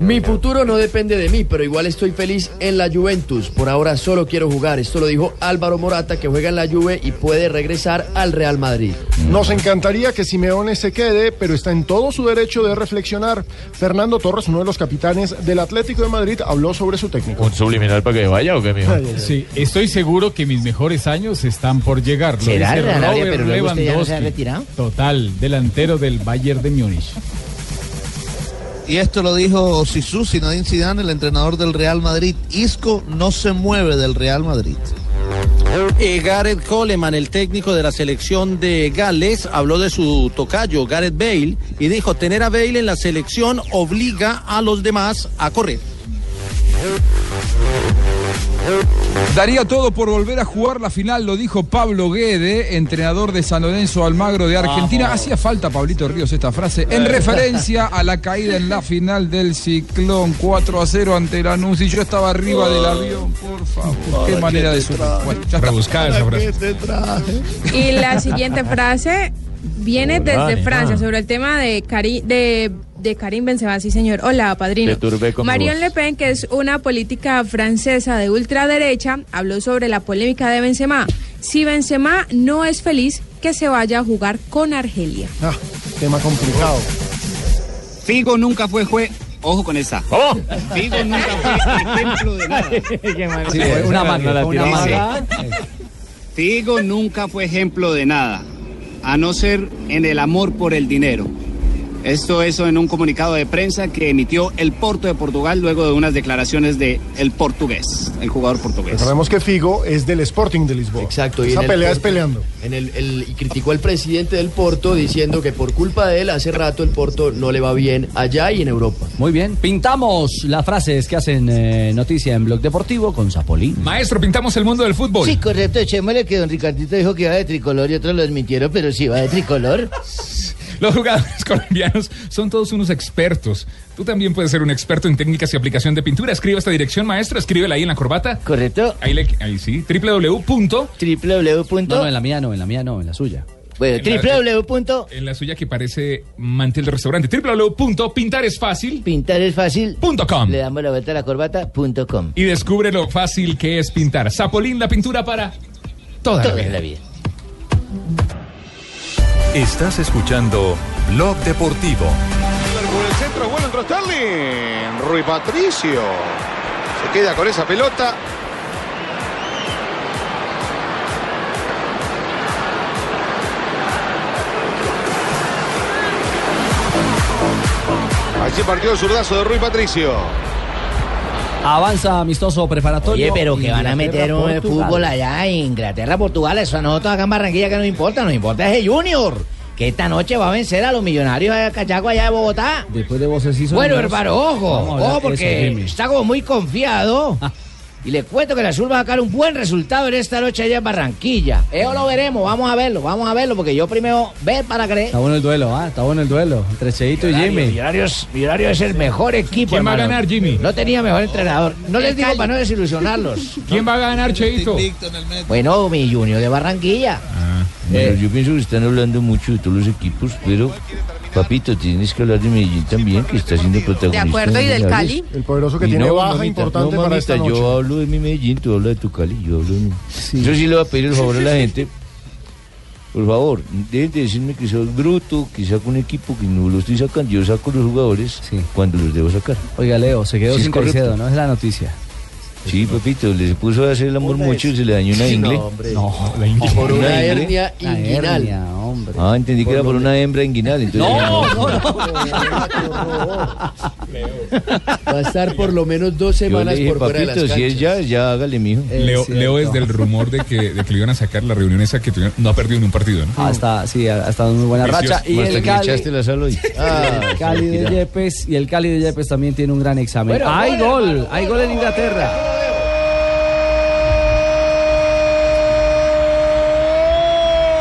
Speaker 24: Mi futuro no depende de mí, pero igual estoy feliz en la Juventus. Por ahora solo quiero jugar. Esto lo dijo Álvaro Morata, que juega en la Juve y puede regresar al Real Madrid.
Speaker 5: Nos encantaría que Simeone se quede, pero está en todo su derecho de reflexionar. Fernando Torres, uno de los capitanes del Atlético de Madrid, habló sobre su técnico.
Speaker 26: ¿Un subliminal para que vaya o qué, mijo?
Speaker 11: eh, Sí, estoy seguro que mis mejores años están por llegar. Lo
Speaker 6: ¿Será,
Speaker 11: dice
Speaker 6: Arabia,
Speaker 11: Robert
Speaker 6: pero luego usted ya no se ha
Speaker 11: Lewandowski.
Speaker 6: retirado?
Speaker 11: Total, delantero del Bayern de Múnich.
Speaker 14: Y esto lo dijo Sisu Zinedine Zidane, el entrenador del Real Madrid. Isco no se mueve del Real Madrid.
Speaker 12: Eh, Gareth Coleman, el técnico de la selección de Gales, habló de su tocayo, Gareth Bale, y dijo, tener a Bale en la selección obliga a los demás a correr.
Speaker 13: Daría todo por volver a jugar la final, lo dijo Pablo Guede, entrenador de San Lorenzo Almagro de Argentina. Hacía falta, Pablito Ríos, esta frase, en
Speaker 4: Eh.
Speaker 13: referencia a la caída en la final del ciclón 4 a 0 ante Lanús. Y yo estaba arriba
Speaker 26: Oh.
Speaker 13: del avión, por favor. Qué manera de sufrir. Bueno, ya está.
Speaker 9: Rebuscada esa frase.
Speaker 18: Y la siguiente frase viene
Speaker 26: Hola,
Speaker 18: desde
Speaker 26: nena.
Speaker 18: Francia sobre el tema de Cari de, de Karim Benzema, sí señor. Hola, padrino.
Speaker 26: Te turbé con mi
Speaker 18: Marion
Speaker 26: voz.
Speaker 18: Le Pen, que es una política francesa de ultraderecha, habló sobre la polémica de Benzema. Si Benzema no es feliz, que se vaya a jugar con Argelia.
Speaker 5: Ah, tema complicado.
Speaker 20: Figo nunca fue juez. Ojo con esa. Figo nunca fue ejemplo de nada.
Speaker 10: Sí, fue una maga, fue una maga.
Speaker 20: Figo nunca fue ejemplo de nada, a no ser en el amor por el dinero. Esto eso en un comunicado de prensa que emitió el Porto de Portugal luego de unas declaraciones de el portugués, el jugador portugués.
Speaker 5: Recordemos que Figo es del Sporting de Lisboa. Exacto.
Speaker 24: y
Speaker 5: Esa
Speaker 24: en el
Speaker 5: pelea es
Speaker 24: Porto-
Speaker 5: peleando.
Speaker 24: En el, el- y criticó al presidente del Porto diciendo que por culpa de él hace rato el Porto no le va bien allá y en Europa.
Speaker 10: Muy bien, pintamos las frases que hacen eh, noticia en Blog Deportivo con Zapolín.
Speaker 9: Maestro, pintamos el mundo del fútbol.
Speaker 6: Sí, correcto, echémosle que don Ricardito dijo que iba de tricolor y otros lo admitieron, pero si va de tricolor.
Speaker 9: Los jugadores colombianos son todos unos expertos. Tú también puedes ser un experto en técnicas y aplicación de pintura. Escribe esta dirección, maestro. Escríbela ahí en la corbata.
Speaker 6: Correcto.
Speaker 9: Ahí, le- ahí sí. www.
Speaker 6: www.
Speaker 10: No, no, en la mía no, en la mía no, en la suya.
Speaker 6: Bueno, www.
Speaker 9: En la suya que parece mantel de restaurante. www.pintaresfacil. Pintaresfacil.com.
Speaker 6: Le damos la vuelta a la corbata.com.
Speaker 9: Y descubre lo fácil que es pintar. Zapolín, la pintura para toda, la vida.
Speaker 16: Estás escuchando Blog Deportivo.
Speaker 28: Por el centro Bueno, entró Sterling. Rui Patricio. Se queda con esa pelota. Allí partió el zurdazo de Rui Patricio.
Speaker 10: Avanza amistoso preparatorio.
Speaker 6: Oye, pero que van a meter un
Speaker 10: Inglaterra, Portugal.
Speaker 6: fútbol allá en Inglaterra, Portugal. Eso a nosotros acá en Barranquilla que nos importa, nos importa es el Junior. Que esta noche va a vencer a los millonarios de Cachaco allá de Bogotá.
Speaker 10: Después de voces y
Speaker 6: Bueno,
Speaker 10: sonidos,
Speaker 6: hermano, ojo,
Speaker 10: vamos a hablar
Speaker 6: ojo,
Speaker 10: de eso,
Speaker 6: porque
Speaker 10: Jimmy.
Speaker 6: está como muy confiado. Y le cuento que el azul va a sacar un buen resultado en esta noche allá en Barranquilla. ¿Eh, Eso lo veremos, vamos a verlo, vamos a verlo, porque yo primero ver para creer.
Speaker 10: Está bueno el duelo, ah, está bueno el duelo. Entre Cheito y Jimmy.
Speaker 6: Millonarios, Millonarios es el mejor equipo.
Speaker 10: ¿Quién va a
Speaker 6: hermano.
Speaker 10: ganar, Jimmy?
Speaker 6: No tenía mejor entrenador. No les digo para no desilusionarlos.
Speaker 9: ¿Quién va a ganar, Cheito?
Speaker 6: Bueno, mi Junior de Barranquilla.
Speaker 29: Bueno,
Speaker 10: Eh.
Speaker 29: yo pienso que están hablando mucho de todos los equipos, pero papito, tienes que hablar de Medellín también, que está siendo protagonista.
Speaker 30: De acuerdo,
Speaker 29: en
Speaker 30: ¿y del
Speaker 29: Mundiales.
Speaker 30: Cali?
Speaker 5: El poderoso que
Speaker 29: Y
Speaker 5: tiene
Speaker 29: no,
Speaker 5: baja
Speaker 29: mamita,
Speaker 5: importante
Speaker 29: no,
Speaker 5: para
Speaker 29: mamita,
Speaker 5: esta noche.
Speaker 29: Yo hablo de mi Medellín, tú hablas de tu Cali, yo hablo de mi... Yo sí le voy a pedir el favor a la gente, por favor, deben de decirme que soy bruto, que saco un equipo, que no lo estoy sacando, yo saco los jugadores cuando los debo sacar.
Speaker 10: Oiga, Leo, se quedó
Speaker 29: Sí, es
Speaker 10: sin
Speaker 29: correcto.
Speaker 10: Caicedo, ¿no? Es la noticia.
Speaker 29: Sí, papito, les puso a hacer el amor
Speaker 10: Una
Speaker 29: mucho y
Speaker 10: vez.
Speaker 29: se le dañó una
Speaker 10: Sí, no,
Speaker 29: ingle.
Speaker 10: hombre. No, la ingle. Por una
Speaker 29: ingle.
Speaker 24: hernia
Speaker 10: La
Speaker 24: inguinal.
Speaker 10: hernia, hombre.
Speaker 29: Ah, entendí que era por una hembra inguinal. Entonces,
Speaker 24: Va a estar por lo menos dos
Speaker 29: Yo le
Speaker 24: semanas
Speaker 29: dije,
Speaker 24: por fuera de las
Speaker 29: papito,
Speaker 24: canchas.
Speaker 29: si es ya, ya hágale, mijo.
Speaker 9: Leo, Leo es del rumor de que, de que le iban a sacar la reunión esa que tuvieron. No ha perdido ni un partido, ¿no?
Speaker 10: Ah, está, sí, ha ha estado en muy buena
Speaker 9: Vicioso.
Speaker 10: racha. Y
Speaker 9: Hasta
Speaker 10: el
Speaker 9: que le
Speaker 10: Cali,
Speaker 9: echaste
Speaker 29: la sal hoy.
Speaker 10: Ah, el Cali de
Speaker 29: mira.
Speaker 10: Yepes y el Cali de Yepes también tiene un gran examen.
Speaker 29: Bueno,
Speaker 10: hay
Speaker 29: gol,
Speaker 10: gol, hay gol en Inglaterra.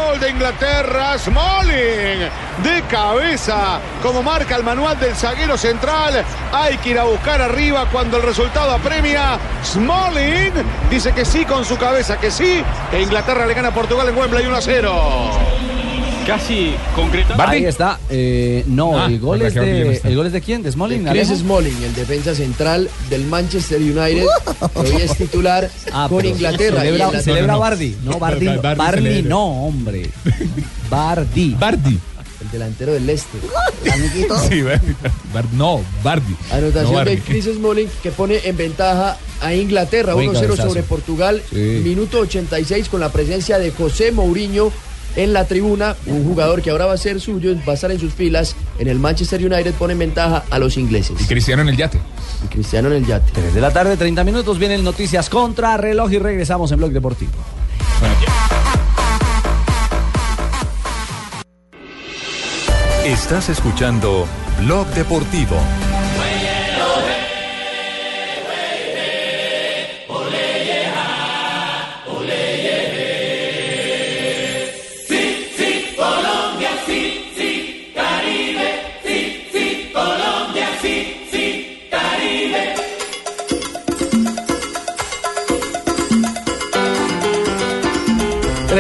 Speaker 28: Gol de Inglaterra, Smalling de cabeza, como marca el manual del zaguero central. Hay que ir a buscar arriba cuando el resultado apremia. Smalling dice que sí con su cabeza, que sí. E Inglaterra le gana a Portugal en Wembley 1 a 0.
Speaker 31: Casi concreta.
Speaker 10: Ahí está. eh, no,
Speaker 24: Ah,
Speaker 10: el gol
Speaker 24: verdad
Speaker 10: es
Speaker 24: que ahora ya no
Speaker 10: de.
Speaker 24: está.
Speaker 10: ¿El gol es de quién? ¿De Smalling?
Speaker 24: Chris
Speaker 10: Alejo?
Speaker 24: Smalling, el defensa central del Manchester United, que hoy es titular
Speaker 10: Ah,
Speaker 24: con
Speaker 10: pero
Speaker 24: Inglaterra. y
Speaker 10: Celebra,
Speaker 24: en la-
Speaker 10: celebra Bardi. No, Bardi, no, Bardi,
Speaker 24: celebra.
Speaker 10: no, hombre. Bardi.
Speaker 9: Bardi.
Speaker 24: El delantero del este.
Speaker 9: Sí, Bardi. Bar- no, Bardi.
Speaker 24: Anotación
Speaker 9: No, Bardi.
Speaker 24: de Chris Smalling que pone en ventaja a Inglaterra
Speaker 9: Buen
Speaker 24: 1-0
Speaker 9: cabezazo.
Speaker 24: sobre Portugal,
Speaker 9: Sí.
Speaker 24: minuto 86 con la presencia de José Mourinho en la tribuna, un jugador que ahora va a ser suyo, va a estar en sus filas en el Manchester United, pone en ventaja a los ingleses. Y
Speaker 9: Cristiano en el yate.
Speaker 24: Y Cristiano en el yate.
Speaker 10: 3 de la tarde, 30 minutos. Vienen noticias contra reloj y regresamos en Blog Deportivo.
Speaker 16: Estás escuchando Blog Deportivo.
Speaker 4: Sí, sí, Colombia, sí, sí, Caribe. Sí, sí, Colombia, sí, sí, Caribe.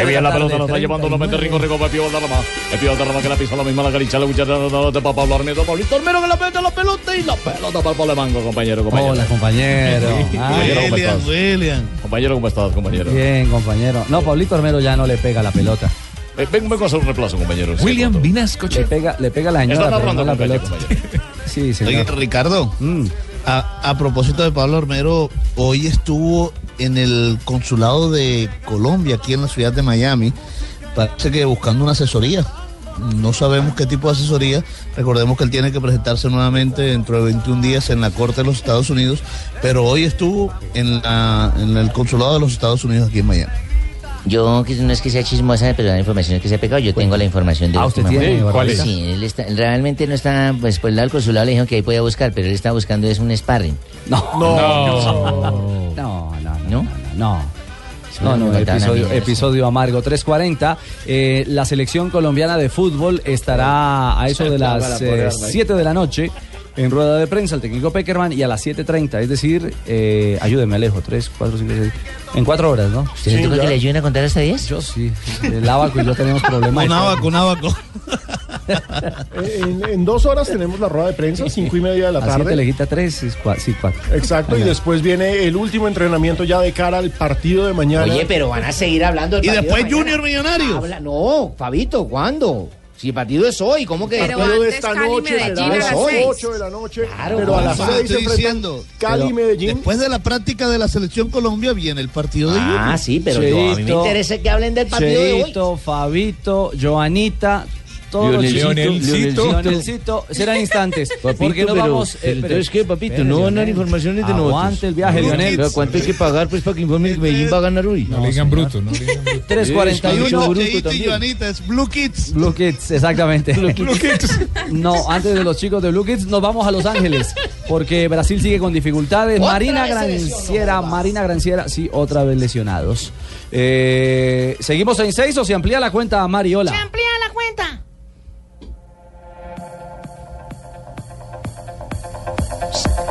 Speaker 26: Bien, la pelota la está llevando, lo mete Rico, Rico, Pepio Valderrama. Pepio Valderrama que la pisa la misma, la caricha, la cuchara, la nota para Pablo Armedo, Pablito Armero que la mete la pelota y la pelota para Pablo Mango, compañero, compañero.
Speaker 10: Hola, compañero.
Speaker 26: Compañero, ¿cómo estás? Compañero, ¿cómo estás, compañero?
Speaker 10: Bien, compañero. No, Pablito Armero ya no le pega la pelota.
Speaker 26: Eh, vengo, vengo a hacer un reemplazo, compañero.
Speaker 10: William Vinasco. Le pega, le pega la
Speaker 26: Está
Speaker 10: señora, pero
Speaker 26: narrando
Speaker 10: no la
Speaker 26: con calle,
Speaker 10: pelota.
Speaker 26: compañero.
Speaker 10: Sí,
Speaker 14: Oye,
Speaker 10: señor. Mm.
Speaker 14: Ricardo, a, a propósito de Pablo Armero, hoy estuvo en el consulado de Colombia, aquí en la ciudad de Miami, parece que buscando una asesoría. No sabemos qué tipo de asesoría. Recordemos que él tiene que presentarse nuevamente dentro de 21 días en la Corte de los Estados Unidos, pero hoy estuvo en, la- en el consulado de los Estados Unidos aquí en Miami.
Speaker 6: Yo que no es que sea chismosa, pero la información que se ha pegado, yo tengo la información de
Speaker 14: Ah, ¿usted
Speaker 6: última
Speaker 14: tiene,
Speaker 6: mano.
Speaker 14: ¿cuál es?
Speaker 6: Sí, él está, realmente no está, pues por el lado del consulado le dijeron que ahí podía buscar, pero él está buscando es un sparring.
Speaker 10: No. No. No, no, no. No. No, no,
Speaker 6: Seguramente contarán
Speaker 10: episodio,
Speaker 6: bien,
Speaker 10: episodio amargo. 3.40. eh, la selección colombiana de fútbol estará a eso de las
Speaker 6: Clava la
Speaker 10: eh,
Speaker 6: poder, ¿no?
Speaker 10: 7 de la noche en rueda de prensa el técnico Peckerman y a las 7.30. Es decir, eh, ayúdeme, Alejo, 3, 4, 5, 6. En 4 horas, ¿no?
Speaker 6: ¿Usted le Sí, toca ya. que le
Speaker 10: ayuden a contar hasta 10? Yo sí. El abaco y yo tenemos problemas.
Speaker 14: Un abaco, un abaco.
Speaker 5: Eh, En, en dos horas tenemos la rueda de prensa, cinco y media de la
Speaker 10: A 7 le
Speaker 5: tarde.
Speaker 10: quita 3, es 4, sí, 4.
Speaker 5: Exacto, y después viene el último entrenamiento ya de cara al partido de mañana.
Speaker 6: Oye, pero van a seguir hablando. del partido de mañana. Habla- no, Fabito, ¿cuándo?
Speaker 17: Si el partido es hoy, ¿cómo que?
Speaker 5: Pero Partido de antes esta Cali, noche Medellín será a las las seis. ocho de la noche, pero a las
Speaker 14: Eso te
Speaker 5: seis
Speaker 14: estoy
Speaker 5: se enfrentan
Speaker 14: diciendo.
Speaker 5: Cali y
Speaker 14: Pero
Speaker 5: Medellín.
Speaker 14: Después de la práctica de la selección Colombia viene el partido de
Speaker 10: Ah,
Speaker 14: Junior.
Speaker 10: sí, pero yo- a mí me Cheito. interesa
Speaker 17: que hablen del
Speaker 10: Cheito, Fabito, Joanita, todos los
Speaker 29: Lionelcito.
Speaker 10: chiquitos,
Speaker 29: Lionelcito.
Speaker 10: Leonelcito, serán instantes. porque
Speaker 29: Papito,
Speaker 10: no
Speaker 29: pero-
Speaker 10: vamos. eh,
Speaker 29: pero entonces, ¿qué, papito? ¿No van a dar informaciones de nosotros?
Speaker 10: Aguante el viaje, Lionel.
Speaker 29: Pero ¿Cuánto hay que pagar pues para que informen que Medellín va a ganar hoy? No, le digan bruto, no le digan bruto.
Speaker 10: 341
Speaker 14: es Blue Kids.
Speaker 10: Blue Kids, exactamente. Blue Kids. No, antes de los chicos de Blue Kids, nos vamos a Los Ángeles. Porque Brasil sigue con dificultades.
Speaker 17: Otra
Speaker 10: Marina
Speaker 17: vez se lesionó,
Speaker 10: Granciera, Marina Granciera, sí, otra vez lesionados. Eh, ¿Seguimos en seis o se amplía la cuenta a Mariola?
Speaker 1: Amplía la cuenta.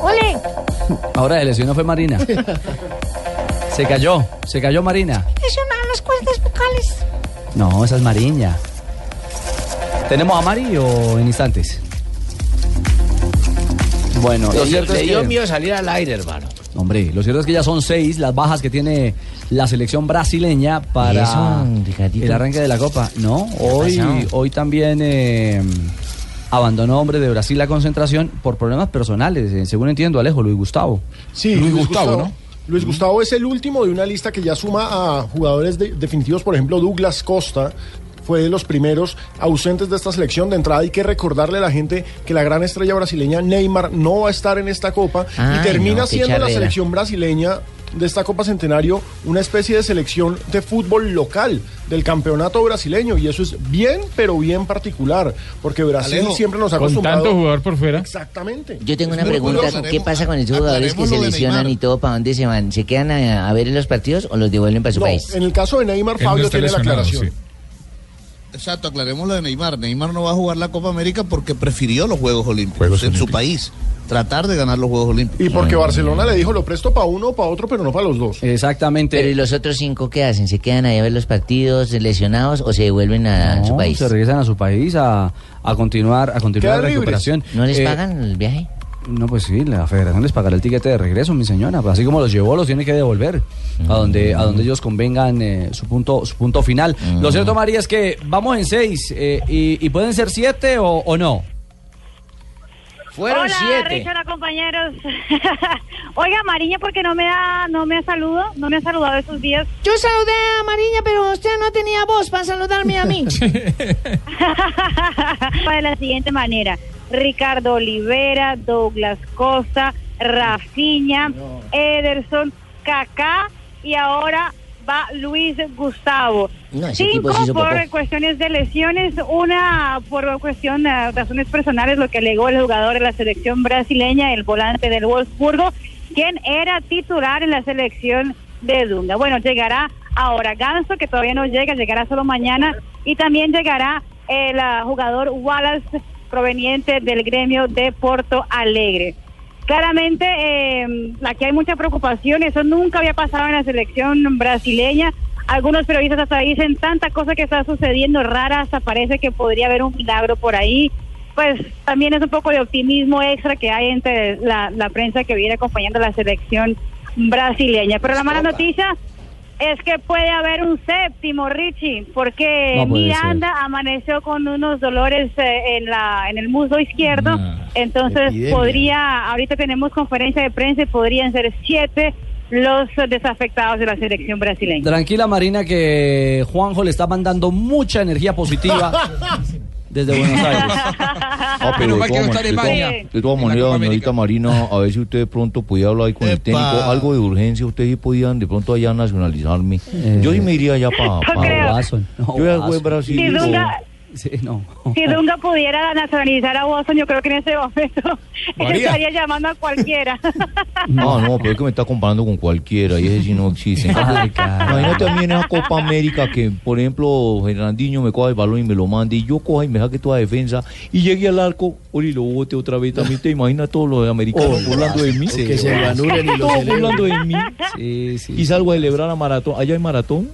Speaker 1: ¡Ole!
Speaker 10: Ahora de lesionó fue Marina. Se cayó, se cayó Marina.
Speaker 1: Lesionaron las cuerdas vocales.
Speaker 10: No, esa es Mariña. ¿Tenemos a Mari o en instantes? Bueno, lo cierto es
Speaker 17: Le dio
Speaker 10: que-
Speaker 17: miedo salir al aire, hermano.
Speaker 10: Hombre, lo cierto es que ya son seis las bajas que tiene la selección brasileña para
Speaker 17: Eso,
Speaker 10: el arranque de la Copa. No, hoy,
Speaker 17: pasó?
Speaker 10: hoy también eh, abandonó hombre de Brasil la concentración por problemas personales, eh, según entiendo, Alejo, Luis Gustavo.
Speaker 5: Sí, Luis Gustavo es el último de una lista que ya suma a jugadores de- definitivos, por ejemplo, Douglas Costa. Fue de los primeros ausentes de esta selección de entrada. Hay que recordarle a la gente que la gran estrella brasileña Neymar no va a estar en esta copa
Speaker 17: Ay,
Speaker 5: y termina
Speaker 17: no, qué
Speaker 5: siendo la
Speaker 17: charrera.
Speaker 5: selección brasileña de esta Copa Centenario una especie de selección de fútbol local del campeonato brasileño. Y eso es bien, pero bien particular, porque Brasil
Speaker 14: Alejo,
Speaker 5: siempre nos ha
Speaker 14: con tanto
Speaker 5: acostumbrado.
Speaker 14: jugador
Speaker 5: por fuera. Exactamente.
Speaker 6: Yo tengo
Speaker 5: Es
Speaker 6: una
Speaker 5: muy
Speaker 6: pregunta,
Speaker 5: curioso.
Speaker 6: ¿qué pasa con esos jugadores que
Speaker 5: Aclaremos
Speaker 6: se
Speaker 5: lo de
Speaker 6: lesionan
Speaker 5: Neymar.
Speaker 6: y todo? ¿Para dónde se van? ¿Se quedan a, a ver en los partidos o los devuelven para su
Speaker 5: No,
Speaker 14: pues.
Speaker 6: país?
Speaker 5: en el caso de Neymar,
Speaker 14: Él no
Speaker 5: Fabio
Speaker 14: está
Speaker 5: tiene la
Speaker 14: lesionado,
Speaker 5: aclaración.
Speaker 14: Exacto, aclaremos lo de Neymar. Neymar no va a jugar la Copa América porque prefirió los Juegos Olímpicos Ah. en su país. Tratar de ganar los Juegos Olímpicos.
Speaker 5: Y porque Barcelona le dijo, lo presto para uno o para otro, pero no para los dos.
Speaker 10: Exactamente.
Speaker 6: Pero ¿y los otros cinco qué hacen? ¿Se quedan ahí a ver los partidos lesionados o se devuelven a,
Speaker 10: No,
Speaker 6: su país?
Speaker 10: Se regresan a su país a, a continuar, a continuar
Speaker 6: Quedan
Speaker 10: la
Speaker 6: libres.
Speaker 10: recuperación.
Speaker 6: ¿No les
Speaker 10: Eh,
Speaker 6: pagan el viaje?
Speaker 10: No, pues sí, la federación les pagará el tiquete de regreso, mi señora. Pues Así como los llevó, los tiene que devolver
Speaker 29: Mm.
Speaker 10: a donde, a donde ellos convengan eh, su, punto, su punto final.
Speaker 29: Mm.
Speaker 10: Lo cierto, María, es que vamos en seis eh, y, y pueden ser siete o, o no.
Speaker 17: Fueron
Speaker 1: Hola,
Speaker 17: siete.
Speaker 1: Richard, compañeros. Oiga, Mariña, porque no me ha, no me ha saludado, no me ha saludado esos días.
Speaker 15: Yo saludé a Mariña, pero usted no tenía voz para saludarme a mí.
Speaker 1: de la siguiente manera. Ricardo Olivera, Douglas Costa, Rafinha, Ederson, Kaká y ahora va Luis Gustavo.
Speaker 6: No, ese
Speaker 1: Cinco
Speaker 6: equipo se hizo
Speaker 1: por
Speaker 6: popó.
Speaker 1: cuestiones de lesiones, una por cuestión eh, razones personales, lo que alegó el jugador de la selección brasileña, el volante del Wolfsburgo, quien era titular en la selección de Dunga. Bueno, llegará ahora Ganso, que todavía no llega, llegará solo mañana, y también llegará el ah, jugador Wallace, proveniente del gremio de Porto Alegre. Claramente, eh, aquí hay mucha preocupación, eso nunca había pasado en la selección brasileña. Algunos periodistas hasta dicen tanta cosa que está sucediendo rara, hasta parece que podría haber un milagro por ahí. Pues también es un poco de optimismo extra que hay entre la, la prensa que viene acompañando a la selección brasileña. Pero la mala noticia es que puede haber un séptimo, Richie, porque
Speaker 19: No puede
Speaker 1: Miranda amaneció con unos dolores eh, en, la, en el muslo izquierdo. Entonces
Speaker 19: epidemia.
Speaker 1: podría, ahorita tenemos conferencia de prensa y podrían ser siete los eh, desafectados de la selección brasileña.
Speaker 10: Tranquila, Marina, que Juanjo le está mandando mucha energía positiva desde Buenos Aires.
Speaker 29: Ah, pero de todas maneras, de todas- de todas maneras, señorita Marina, a ver si usted de pronto podía hablar ahí con el técnico, algo de urgencia, ustedes sí podían de pronto allá nacionalizarme.
Speaker 10: Eh.
Speaker 29: Yo sí me iría allá para...
Speaker 1: No creo.
Speaker 29: Yo ya jugué en Brasil.
Speaker 1: Si
Speaker 29: digo,
Speaker 1: Dunga,
Speaker 10: Sí, no.
Speaker 1: si Dunga pudiera nacionalizar a Boston, yo creo que en ese momento
Speaker 29: Lo haría.
Speaker 1: estaría llamando a cualquiera.
Speaker 29: No, no, pero es que me está comparando con cualquiera y ese sí no existe.
Speaker 10: Ay, carajo.
Speaker 29: Imagínate también esa Copa América que, por ejemplo, Fernandinho me coja el balón y me lo mande y yo coja y me saque toda defensa y llegue al arco ori, y lo bote otra vez también. ¿Te imaginas todos los americanos
Speaker 14: Oh,
Speaker 29: burlando de mí?
Speaker 14: sí. Que se lo anulen y lo
Speaker 29: Todos
Speaker 14: celebren.
Speaker 29: burlando de mí. Y salgo a celebrar a maratón. ¿Allá hay maratón?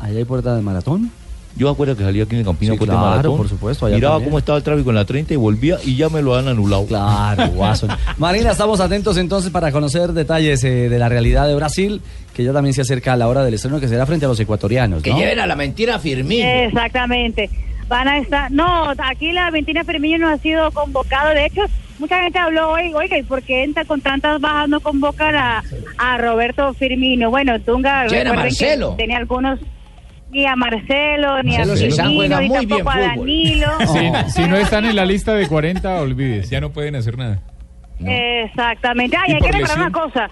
Speaker 10: ¿Allá hay puerta de maratón?
Speaker 29: Yo me acuerdo que salía aquí en el Campina
Speaker 10: Sí,
Speaker 29: Puerta
Speaker 10: claro,
Speaker 29: de Maratón.
Speaker 10: por supuesto, allá
Speaker 29: Miraba
Speaker 10: también.
Speaker 29: cómo estaba el tráfico en la 30 y volvía y ya me lo han anulado.
Speaker 10: Claro, Guasón. Marina, estamos atentos entonces para conocer detalles eh, de la realidad de Brasil, que ya también se acerca a la hora del estreno que será frente a los ecuatorianos.
Speaker 17: Que
Speaker 10: ¿no?
Speaker 17: lleven a la mentira a Firmino.
Speaker 1: Exactamente. van a estar. No, aquí la Ventina Firmino no ha sido convocado. De hecho, mucha gente habló hoy, oiga, ¿y por qué entra con tantas bajas no convocan a, a Roberto Firmino? Bueno, Tunga
Speaker 17: Llena
Speaker 1: recuerden que
Speaker 17: Marcelo.
Speaker 1: tenía algunos ni a Marcelo, ni
Speaker 9: Marcelo
Speaker 1: a
Speaker 9: Cezán
Speaker 1: Firmino,
Speaker 9: juega
Speaker 1: ni
Speaker 9: muy bien
Speaker 1: tampoco a
Speaker 9: fútbol.
Speaker 1: Danilo.
Speaker 9: Si, si no están en la lista de 40, olvides. Ya no pueden hacer nada.
Speaker 1: Exactamente. Ay,
Speaker 9: Y
Speaker 1: hay que
Speaker 9: por
Speaker 1: recordar una
Speaker 9: lesión.
Speaker 1: cosa.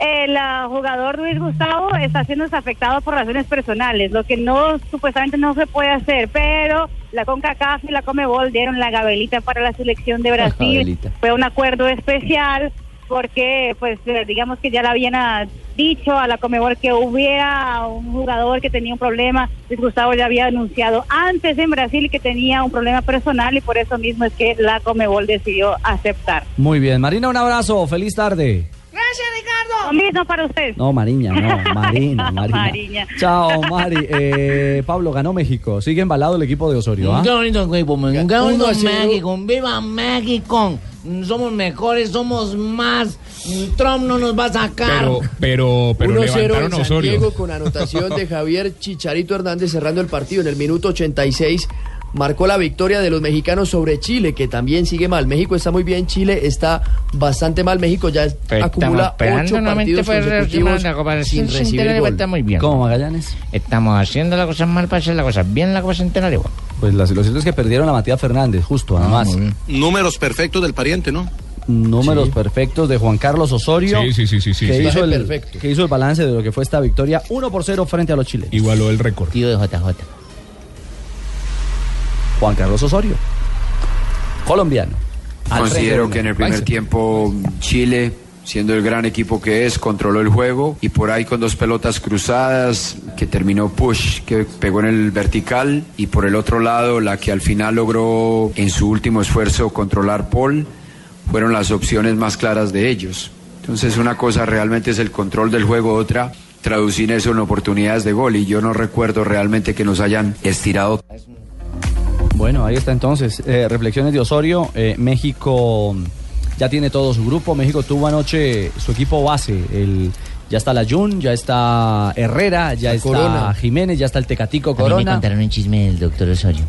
Speaker 1: El ah, jugador Luis Gustavo está siendo desafectado por razones personales, lo que no supuestamente no se puede hacer, pero la CONCACAF y la COMEBOL dieron la gabelita para la selección de Brasil.
Speaker 4: gabelita.
Speaker 1: Fue un acuerdo especial porque, pues, eh, digamos que ya le habían ah, dicho a la COMEBOL que hubiera un jugador que tenía un problema. Luis Gustavo ya había anunciado antes en Brasil que tenía un problema personal y por eso mismo es que la COMEBOL decidió aceptar.
Speaker 10: Muy bien, Marina, un abrazo, feliz tarde.
Speaker 1: Gracias, Ricardo. Lo mismo para usted.
Speaker 10: No, Mariña, no, Marina, Marina.
Speaker 1: Mariña.
Speaker 10: Chao, Mari. Eh, Pablo, ganó México. Sigue embalado el equipo de Osorio. ¿ah?
Speaker 6: Nunca bonito, güey, pues, como nunca
Speaker 10: Uno
Speaker 6: bonito
Speaker 10: a cero.
Speaker 6: México. ¡Viva México! Mm, Somos mejores, somos más. Mm, Trump no nos va a sacar.
Speaker 9: Pero, pero, pero
Speaker 24: 1-0
Speaker 9: levantaron a
Speaker 24: en San
Speaker 9: Osorio.
Speaker 24: Diego con anotación de Javier Chicharito Hernández cerrando el partido en el minuto 86. Marcó la victoria de los mexicanos sobre Chile, que también sigue mal. México está muy bien, Chile está bastante mal. México
Speaker 6: Pues
Speaker 24: ya acumula ocho partidos consecutivos sin recibir gol.
Speaker 6: muy bien. ¿Cómo,
Speaker 10: Magallanes?
Speaker 6: Estamos haciendo la cosa mal para hacer la cosa bien, la cosa entera igual.
Speaker 10: Pues las- lo cierto es que perdieron a Matías Fernández, justo, nada
Speaker 12: Ah,
Speaker 10: más.
Speaker 12: Números perfectos del pariente, ¿no?
Speaker 10: Números perfectos de Juan Carlos Osorio.
Speaker 12: Sí, sí, sí, sí, sí,
Speaker 10: que,
Speaker 12: sí.
Speaker 10: Hizo
Speaker 12: Baje
Speaker 10: el,
Speaker 12: perfecto.
Speaker 10: que hizo el balance de lo que fue esta victoria 1 por 0 frente a los chilenos.
Speaker 9: Igualó el récord.
Speaker 6: Tío de JJ.
Speaker 10: Juan Carlos Osorio. Colombiano. Al
Speaker 7: Considero
Speaker 10: frente
Speaker 7: que en el
Speaker 10: del-
Speaker 7: primer tiempo Chile, siendo el gran equipo que es, controló el juego y por ahí con dos pelotas cruzadas que terminó Push, que pegó en el vertical y por el otro lado la que al final logró en su último esfuerzo controlar Paul, fueron las opciones más claras de ellos. Entonces una cosa realmente es el control del juego, otra traducir eso en oportunidades de gol y yo no recuerdo realmente que nos hayan estirado
Speaker 10: Bueno, ahí está entonces. Eh, reflexiones de Osorio. Eh, México ya tiene todo su grupo. México tuvo anoche su equipo base. El, ya está la Jun, ya está Herrera, ya está
Speaker 6: Corona.
Speaker 10: Jiménez, ya está el Tecatico
Speaker 6: A mí me
Speaker 10: Corona.
Speaker 6: contaron un chisme del doctor Osorio.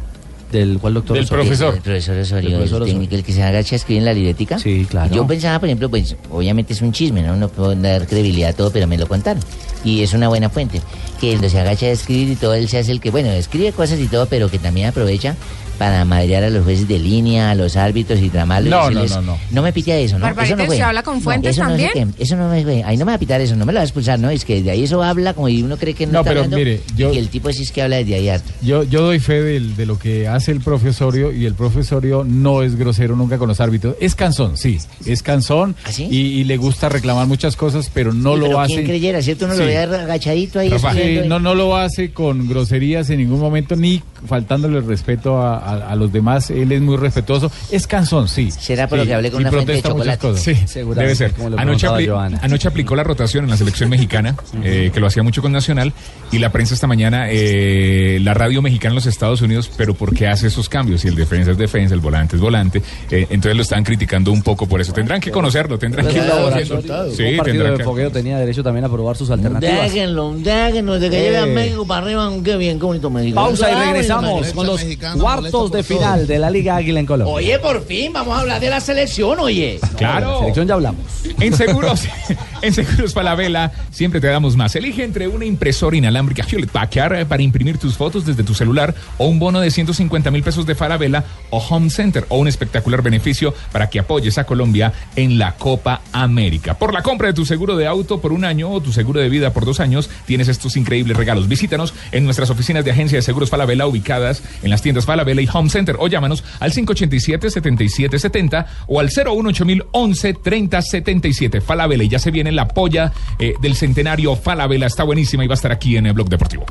Speaker 10: ¿Del cuál doctor
Speaker 6: Del
Speaker 10: Osorio?
Speaker 6: profesor. Del profesor Osorio,
Speaker 10: Del
Speaker 6: el
Speaker 10: profesor
Speaker 6: técnico, el que se agacha a escribir en la libretica. Sí, claro. Yo pensaba, por ejemplo, pues obviamente es un chisme, ¿no? No puedo dar credibilidad a todo, pero me lo contaron. Y es una buena fuente. Que el que se agacha a escribir y todo, él se hace el que, bueno, escribe cosas y todo, pero que también aprovecha para madrear a los jueces de línea, a los árbitros y tramarlos. y
Speaker 9: No, no,
Speaker 6: decirles,
Speaker 9: no, no.
Speaker 6: No me pitea eso, ¿no?
Speaker 18: Barbarita,
Speaker 6: eso no
Speaker 18: ¿se
Speaker 6: fue.
Speaker 18: habla con
Speaker 6: No,
Speaker 18: fuentes
Speaker 6: eso no sé
Speaker 18: también?
Speaker 6: qué, eso no me, fue. ahí no me va a pitar eso, no me lo va a expulsar, ¿no? Es que de ahí eso habla como y uno cree que no,
Speaker 11: No,
Speaker 6: está
Speaker 11: pero
Speaker 6: hablando,
Speaker 11: mire, yo-
Speaker 6: Y el tipo sí es que habla desde ahí harto.
Speaker 11: Yo, yo doy fe del- de lo que hace el profesorio y el profesorio no es grosero nunca con los árbitros. Es cansón, sí, es cansón y, y le gusta reclamar muchas cosas, pero no
Speaker 6: ¿Ah, Sí,
Speaker 11: lo
Speaker 6: pero
Speaker 11: hace.
Speaker 6: ¿Quién creyera, cierto? Uno lo
Speaker 11: Sí.
Speaker 6: veía agachadito ahí.
Speaker 11: Rafa,
Speaker 6: escribiendo
Speaker 11: sí,
Speaker 6: y-
Speaker 11: no, no lo hace con groserías en ningún momento ni faltándole el respeto a, a- a los demás. Él es muy respetuoso. Es cansón, sí. Será
Speaker 6: por lo que hablé con una fuente de chocolate.
Speaker 9: Sí, debe ser. Anoche, apli- anoche aplicó la rotación en la selección mexicana, eh, que lo hacía mucho con Nacional, y la prensa esta mañana, eh, la radio mexicana en los Estados Unidos, pero ¿por qué hace esos cambios? Si el defensa es defensa, el volante es volante, eh, entonces lo están criticando un poco por eso. Tendrán que conocerlo, tendrán
Speaker 10: Pero
Speaker 9: que...
Speaker 10: pues es un laboratorio.
Speaker 9: Sí,
Speaker 10: Un partido
Speaker 9: tendrán
Speaker 10: de
Speaker 9: que-
Speaker 10: fogueo tenía derecho también a probar sus alternativas.
Speaker 6: Déjenlo, déjenlo, de que lleve a
Speaker 10: Eh.
Speaker 6: México para arriba, qué bien, qué bonito México.
Speaker 10: Pausa y
Speaker 6: Ah,
Speaker 10: regresamos
Speaker 6: bueno,
Speaker 10: con los
Speaker 6: mexicana
Speaker 10: cuartos de final de la Liga Águila en Colombia.
Speaker 6: Oye, por fin, vamos a hablar de la selección, oye.
Speaker 10: De la selección ya hablamos.
Speaker 9: En Seguros, en Seguros Falabella siempre te damos más. Elige entre una impresora inalámbrica Hewlett Packard eh, para imprimir tus fotos desde tu celular o un bono de 150 mil pesos de Falabella o Home Center o un espectacular beneficio para que apoyes a Colombia en la Copa América. Por la compra de tu seguro de auto por un año o tu seguro de vida por dos años, tienes estos increíbles regalos. Visítanos en nuestras oficinas de agencia de seguros Falabella ubicadas en las tiendas Falabella y Home Center o llámanos al 587-7770 o al 018-1130-77. Falabella y ya se viene la polla eh, del centenario Falabella. Está buenísima y va a estar aquí en el Blog Deportivo.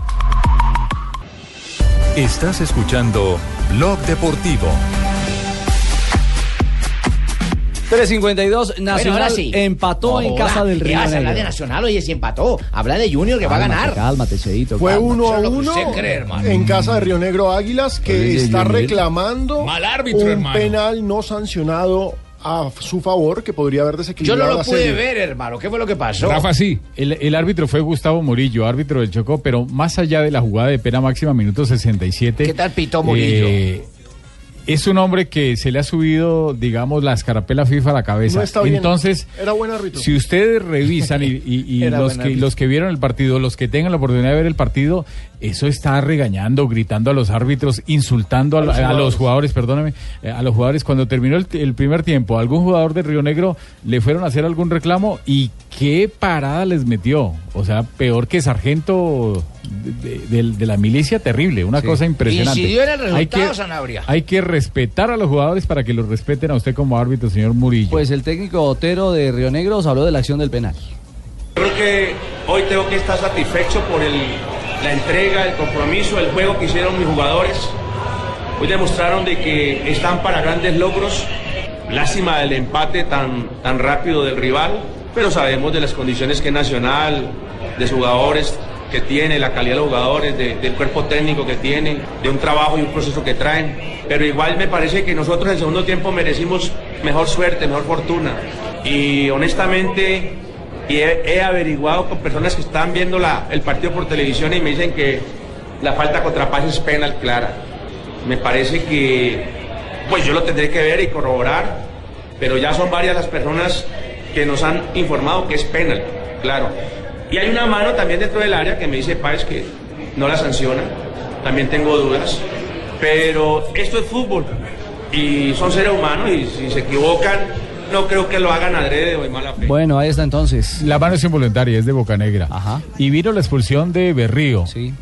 Speaker 16: Estás escuchando Blog Deportivo.
Speaker 10: 352 Nacional
Speaker 6: ahora sí.
Speaker 10: empató en casa del
Speaker 6: Río.
Speaker 10: Río
Speaker 6: vas a hablar de
Speaker 10: Negro.
Speaker 6: Nacional, oye, si empató. Habla de Junior que va a
Speaker 10: Cálmate,
Speaker 6: ganar.
Speaker 10: Cálmate, Cheito.
Speaker 5: Fue
Speaker 10: cálmate.
Speaker 5: uno a uno
Speaker 6: usted cree, hermano.
Speaker 5: en casa de Río Negro Águilas que
Speaker 10: Oye,
Speaker 5: está
Speaker 10: Lionel.
Speaker 5: reclamando
Speaker 9: Mal árbitro,
Speaker 5: un
Speaker 9: hermano.
Speaker 5: penal no sancionado a su favor que podría haber
Speaker 17: Yo
Speaker 5: desequilibrado
Speaker 17: no lo
Speaker 5: la
Speaker 17: pude
Speaker 5: serie.
Speaker 17: ver, hermano. ¿Qué fue lo que pasó?
Speaker 11: sí. El, el árbitro fue Gustavo Murillo, árbitro del Chocó, pero más allá de la jugada de pena máxima, minuto 67. ¿Qué tal pitó
Speaker 17: Murillo?
Speaker 11: eh, es un hombre que se le ha subido, digamos, la escarapela FIFA a la cabeza.
Speaker 5: No está bien.
Speaker 11: Pues, Entonces,
Speaker 5: era buen árbitro.
Speaker 11: si ustedes revisan y, y- y
Speaker 5: Era
Speaker 11: los,
Speaker 5: buen
Speaker 11: que,
Speaker 5: árbitro.
Speaker 11: los que vieron el partido, los que tengan la oportunidad de ver el partido, eso está regañando, gritando a los árbitros, insultando a, la- a los, jugadores, perdóname, eh, a los jugadores. Cuando terminó el, t- el primer tiempo, algún jugador de Río Negro le fueron a hacer algún reclamo y qué parada les metió. O sea, peor que sargento de, de- del- de la milicia, terrible, una cosa impresionante.
Speaker 17: Incidió en el
Speaker 11: Hay que-
Speaker 17: resultado, Sanabria.
Speaker 11: hay que respetar a los jugadores para que los respeten a usted como árbitro, señor Murillo.
Speaker 10: Pues el técnico Otero de Río Negro os habló de la acción del penal.
Speaker 32: Creo que hoy tengo que estar satisfecho por el- la entrega, el compromiso, el juego que hicieron mis jugadores. Hoy demostraron de que están para grandes logros. Lástima del empate tan, tan rápido del rival, pero sabemos de las condiciones que Nacional, de sus jugadores que tiene, la calidad de los jugadores, de- del cuerpo técnico que tiene, de un trabajo y un proceso que traen. Pero igual me parece que nosotros en el segundo tiempo merecimos mejor suerte, mejor fortuna. Y honestamente y he, he averiguado con personas que están viendo la- el partido por televisión y me dicen que la falta contra Paz es penal clara. Me parece que, pues yo lo tendré que ver y corroborar, pero ya son varias las personas que nos han informado que es penal, claro. Y hay una mano también dentro del área que me dice Páez que no la sanciona, también tengo dudas, pero esto es fútbol y son seres humanos y si se equivocan, no creo que lo hagan adrede o de mala fe.
Speaker 11: Bueno, ahí está entonces. La mano es involuntaria, es de Boca Negra. Y vino la expulsión de Berrío. Y,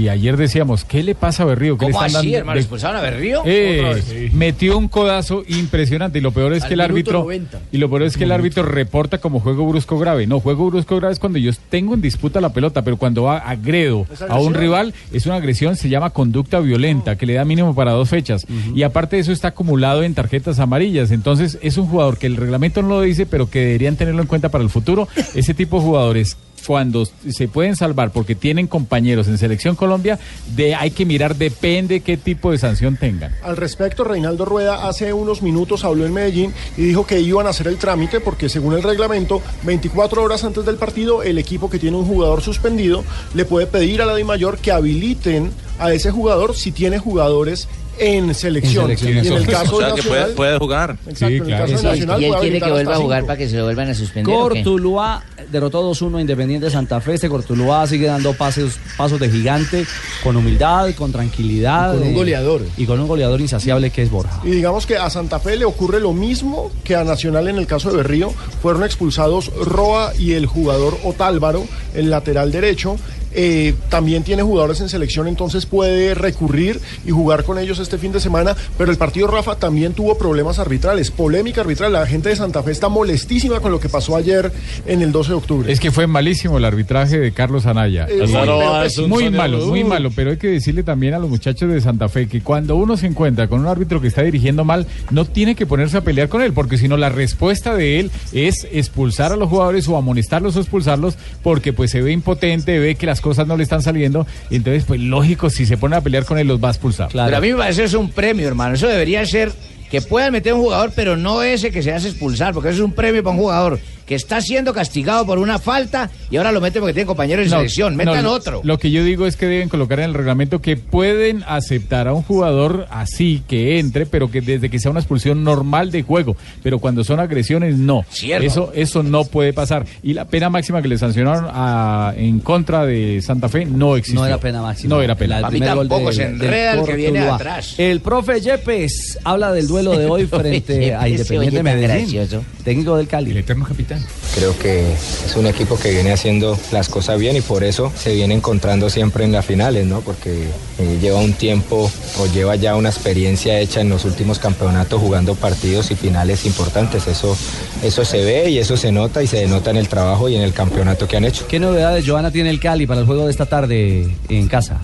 Speaker 11: y ayer decíamos, ¿qué le pasa a Berrío? ¿Qué le
Speaker 17: ¿Cómo
Speaker 11: están
Speaker 17: así,
Speaker 11: dando?
Speaker 17: hermano?
Speaker 11: de-
Speaker 17: ¿Expulsaron a Berrío?
Speaker 11: Eh,
Speaker 17: Otra vez.
Speaker 11: Sí. Metió un codazo impresionante y lo peor es
Speaker 17: Al
Speaker 11: que el
Speaker 17: minuto
Speaker 11: árbitro
Speaker 17: 90.
Speaker 11: y lo peor es que el árbitro reporta como juego brusco grave. No, juego brusco grave es cuando yo tengo en disputa la pelota, pero cuando va agredo
Speaker 13: ¿Es
Speaker 11: a un
Speaker 13: agresión?
Speaker 11: rival es una agresión, se llama conducta violenta que le da mínimo para dos fechas y aparte de eso está acumulado en tarjetas amarillas. Entonces es un jugador que el reglamento no lo dice, pero que deberían tenerlo en cuenta para el futuro. Ese tipo de jugadores cuando se pueden salvar porque tienen compañeros en selección Colombia, de hay que mirar depende qué tipo de sanción tengan.
Speaker 5: Al respecto, Reinaldo Rueda hace unos minutos habló en Medellín y dijo que iban a hacer el trámite porque según el reglamento, 24 horas antes del partido, el equipo que tiene un jugador suspendido le puede pedir a la DIMAYOR que habiliten a ese jugador si tiene jugadores en selección.
Speaker 13: selección,
Speaker 5: y en el
Speaker 13: eso.
Speaker 5: caso
Speaker 13: O sea,
Speaker 5: de
Speaker 13: que
Speaker 5: Nacional,
Speaker 13: puede, puede jugar.
Speaker 5: en el claro. caso de Nacional
Speaker 6: y él
Speaker 5: puede
Speaker 6: quiere que
Speaker 5: habilitar
Speaker 6: vuelva a
Speaker 5: hasta
Speaker 6: jugar
Speaker 5: cinco.
Speaker 6: para que se lo vuelvan a suspender. ¿o qué?
Speaker 10: Cortuluá derrotó 2-1 Independiente Santa Fe. Este Cortuluá sigue dando pases, pasos de gigante con humildad, con tranquilidad.
Speaker 5: Y con un
Speaker 10: eh,
Speaker 5: goleador.
Speaker 10: Y con un goleador insaciable que es Borja.
Speaker 5: Y digamos que a Santa Fe le ocurre lo mismo que a Nacional en el caso de Berrío. Fueron expulsados Roa y el jugador Otálvaro, el lateral derecho. Eh, también tiene jugadores en selección, entonces puede recurrir y jugar con ellos este fin de semana. Pero el partido Rafa también tuvo problemas arbitrales, polémica arbitral. La gente de Santa Fe está molestísima con lo que pasó ayer en el 12 de octubre.
Speaker 11: Es que fue malísimo el arbitraje de Carlos Anaya.
Speaker 5: Eh,
Speaker 11: muy,
Speaker 5: Anaya es un
Speaker 11: muy
Speaker 5: sonero.
Speaker 11: malo, muy malo. Pero hay que decirle también a los muchachos de Santa Fe que cuando uno se encuentra con un árbitro que está dirigiendo mal, no tiene que ponerse a pelear con él, porque si no, la respuesta de él es expulsar a los jugadores o amonestarlos o expulsarlos, porque pues se ve impotente, ve que las cosas no le están saliendo. Y entonces, pues lógico, si se pone a pelear con él, los va a expulsar.
Speaker 17: Pero a mí me parece eso un premio, hermano. Eso debería ser que puedan meter un jugador, pero no ese que se hace expulsar, porque eso es un premio para un jugador que está siendo castigado por una falta y ahora lo meten porque tiene compañero en
Speaker 11: No,
Speaker 17: selección. Metan
Speaker 11: no,
Speaker 17: otro.
Speaker 11: Lo que yo digo es que deben colocar en el reglamento que pueden aceptar a un jugador así que entre, pero que desde que sea una expulsión normal de juego. Pero cuando son agresiones, no.
Speaker 17: Cierto.
Speaker 11: Eso, eso no puede pasar. Y la pena máxima que le sancionaron a- en contra de Santa Fe no existe.
Speaker 10: No era pena máxima.
Speaker 11: No era pena
Speaker 10: El primer gol de- del Cortuluá. El profe Yepes habla del duelo de hoy frente a Independiente Medellín. Técnico del Cali. El
Speaker 9: eterno capitán.
Speaker 19: Creo que es un equipo que viene haciendo las cosas bien y por eso se viene encontrando siempre en las finales, ¿no? Porque eh, lleva un tiempo o lleva ya una experiencia hecha en los últimos campeonatos jugando partidos y finales importantes. Eso, eso se ve y eso se nota y se denota en el trabajo y en el campeonato que han hecho.
Speaker 10: ¿Qué novedades, Joana, tiene el Cali para el juego de esta tarde Eh, en casa?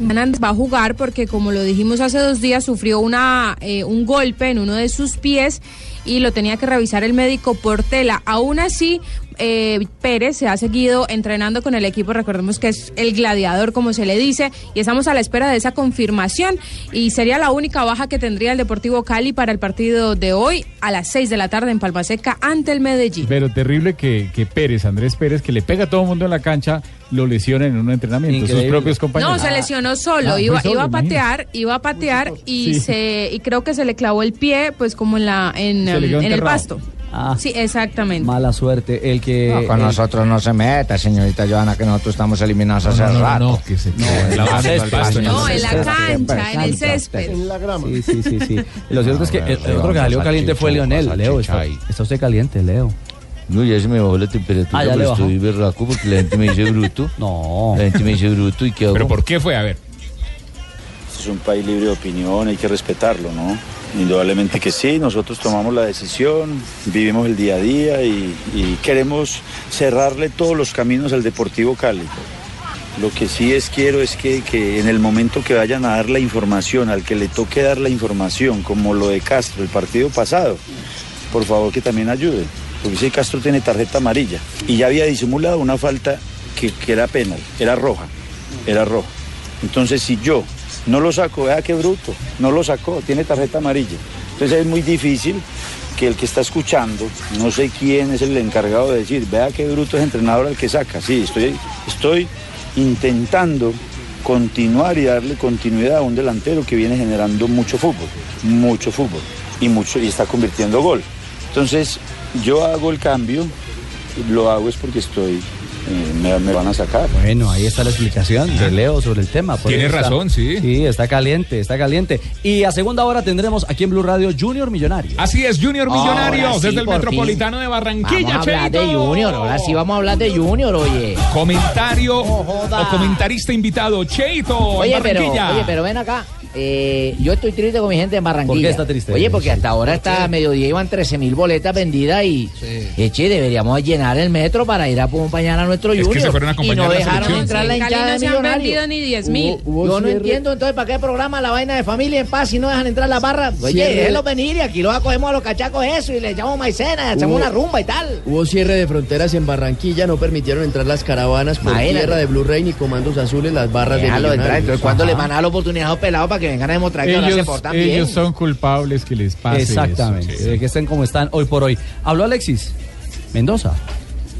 Speaker 18: Hernández va a jugar porque, como lo dijimos hace dos días, sufrió una, eh, un golpe en uno de sus pies y lo tenía que revisar el médico Portela. Aún así, eh, Pérez se ha seguido entrenando con el equipo, recordemos que es el gladiador como se le dice, y estamos a la espera de esa confirmación y sería la única baja que tendría el Deportivo Cali para el partido de hoy a las 6 de la tarde en Palmaseca ante el Medellín.
Speaker 11: Pero terrible que, que Pérez, Andrés Pérez, que le pega a todo el mundo en la cancha, lo lesiona en un entrenamiento, sus
Speaker 18: Increíble.
Speaker 11: propios compañeros.
Speaker 18: No, se lesionó solo,
Speaker 11: Ah, fue
Speaker 18: iba,
Speaker 11: solo,
Speaker 18: iba a
Speaker 11: imagínate.
Speaker 18: patear, iba a patear y
Speaker 11: Sí.
Speaker 18: se y creo que se le clavó el pie, pues como en la en,
Speaker 10: Se le
Speaker 18: um,
Speaker 10: quedó
Speaker 18: en el
Speaker 10: enterrado.
Speaker 18: pasto.
Speaker 6: Ah.
Speaker 18: Sí, exactamente.
Speaker 10: Mala suerte. El que.
Speaker 33: No, con
Speaker 10: el-
Speaker 33: nosotros no se meta, señorita Joana, que nosotros estamos eliminados hace
Speaker 10: no, no,
Speaker 33: rato.
Speaker 10: no,
Speaker 33: que se
Speaker 10: la base del pasto,
Speaker 18: No, en la cancha, en el césped.
Speaker 4: En la grama.
Speaker 10: Sí, sí, sí, sí. Lo cierto es que el, el otro que salió caliente fue Leonel. Leo, está, está usted caliente, Leo.
Speaker 29: No, ya se me bajó la temperatura,
Speaker 10: Ah, ya le
Speaker 29: pero
Speaker 10: bajó.
Speaker 29: estoy berraco porque la gente me dice bruto.
Speaker 10: No.
Speaker 29: La gente me dice bruto y qué hago.
Speaker 9: ¿Pero por qué fue? A ver.
Speaker 34: Este es un país libre de opinión, hay que respetarlo, ¿no? Indudablemente que sí, nosotros tomamos la decisión, vivimos el día a día y, y queremos cerrarle todos los caminos al Deportivo Cali. Lo que sí es quiero es que, que en el momento que vayan a dar la información, al que le toque dar la información, como lo de Castro, el partido pasado, por favor que también ayude. Porque si Castro tiene tarjeta amarilla y ya había disimulado una falta que, que era penal, era roja, era roja. Entonces si yo no lo saco, vea qué bruto, no lo sacó, tiene tarjeta amarilla. Entonces es muy difícil que el que está escuchando, no sé quién es el encargado de decir, vea qué bruto es entrenador al que saca. Sí, estoy, estoy intentando continuar y darle continuidad a un delantero que viene generando mucho fútbol, mucho fútbol y mucho y está convirtiendo gol. Entonces, yo hago el cambio, lo hago es porque estoy eh, me, me van a sacar.
Speaker 10: Bueno, ahí está la explicación de Leo sobre el tema. Por
Speaker 9: Tiene
Speaker 10: eso está-
Speaker 9: razón, sí.
Speaker 10: Sí, está caliente, está caliente. Y a segunda hora tendremos aquí en Blue Radio Junior Millonario.
Speaker 9: Así es, Junior Millonarios desde el Metropolitano de
Speaker 10: Vamos
Speaker 9: Barranquilla,
Speaker 10: a hablar
Speaker 9: Cheito.
Speaker 10: de Junior, ahora sí vamos a hablar de Junior, oye.
Speaker 9: Comentario o comentarista invitado, Cheito. en
Speaker 6: Oye, pero,
Speaker 9: Barranquilla.
Speaker 6: oye, pero ven acá. Eh, yo estoy triste con mi gente en Barranquilla.
Speaker 10: ¿Por qué está triste?
Speaker 6: Oye, porque hasta ahora hasta mediodía iban 13 mil boletas vendidas y, eche, deberíamos llenar el metro para ir a acompañar a nuestro
Speaker 10: Es que
Speaker 6: Junior.
Speaker 10: se fueron a
Speaker 6: y
Speaker 10: acompañar
Speaker 6: no
Speaker 10: a la
Speaker 6: dejaron
Speaker 10: selección.
Speaker 6: entrar la
Speaker 10: En Cali
Speaker 6: hinchada
Speaker 10: no
Speaker 6: de
Speaker 10: se han
Speaker 6: Millonarios.
Speaker 10: vendido ni 10.000.
Speaker 6: Hubo- hubo
Speaker 10: Yo no
Speaker 6: cierre-
Speaker 10: entiendo,
Speaker 6: entonces para qué programa la vaina de familia en paz si no dejan entrar la barra.
Speaker 24: Cierre-
Speaker 6: Oye, déjenlos venir y aquí los acogemos a los cachacos eso y le echamos maicena, hacemos
Speaker 24: Hubo-
Speaker 6: una rumba y tal.
Speaker 24: Hubo cierre de fronteras en Barranquilla, no permitieron entrar las caravanas por
Speaker 6: Imagínate.
Speaker 24: tierra de Blue Rey ni comandos azules, las barras de
Speaker 6: Déjalo entrar,
Speaker 24: Millonarios.
Speaker 6: entonces cuando
Speaker 24: Ajá.
Speaker 6: le van a dar la oportunidad a los pelados para que vengan a demostrar que ahora se
Speaker 11: Ellos,
Speaker 6: portan bien.
Speaker 11: ellos son culpables que les pase eso,
Speaker 10: Exactamente,
Speaker 11: sí.
Speaker 10: eh, que estén como están hoy por hoy. Habló Alexis Mendoza.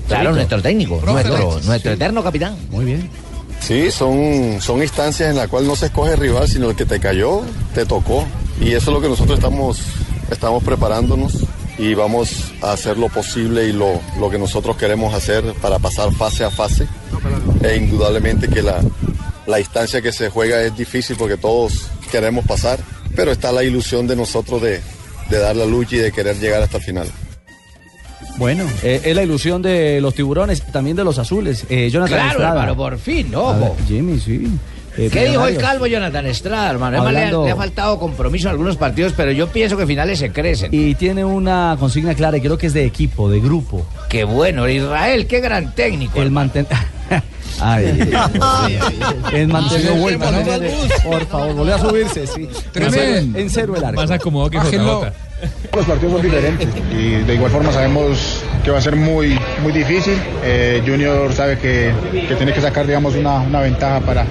Speaker 6: Claro, nuestro técnico, nuestro,
Speaker 10: Alexis,
Speaker 6: nuestro
Speaker 10: sí.
Speaker 6: eterno capitán.
Speaker 10: Muy bien.
Speaker 35: Sí, son, son instancias en las cuales no se escoge el rival, sino el que te cayó, te tocó. Y eso es lo que nosotros estamos, estamos preparándonos y vamos a hacer lo posible y lo, lo que nosotros queremos hacer para pasar fase a fase. E indudablemente que la, la instancia que se juega es difícil porque todos queremos pasar, pero está la ilusión de nosotros de, de dar la lucha y de querer llegar hasta el final.
Speaker 10: Bueno, eh, es la ilusión de los tiburones, también de los azules. Eh, Jonathan
Speaker 33: Claro,
Speaker 10: Estrada.
Speaker 33: hermano, por fin,
Speaker 10: A
Speaker 33: ojo.
Speaker 10: ver, Jimmy, sí. Eh,
Speaker 33: ¿Qué dijo el
Speaker 10: Millonarios.
Speaker 33: calvo Jonathan Estrada, hermano? Además, le ha-
Speaker 10: Hablando-
Speaker 33: le, ha faltado compromiso en algunos partidos, pero yo pienso que finales se crecen.
Speaker 10: Y tiene una consigna clara, y creo que es de equipo, de grupo.
Speaker 33: Qué bueno, Israel, qué gran técnico.
Speaker 10: El mantener. Ay, el mantener vuelta, Por favor, volvió a subirse, sí.
Speaker 25: Tremendo.
Speaker 10: En cero el arco.
Speaker 25: Más
Speaker 10: acomodado
Speaker 25: que Ágenlo. JJ. Los partidos son diferentes y de igual forma sabemos que va a ser muy, muy difícil. Eh, Junior sabe que, que tiene que sacar digamos, una, una ventaja para,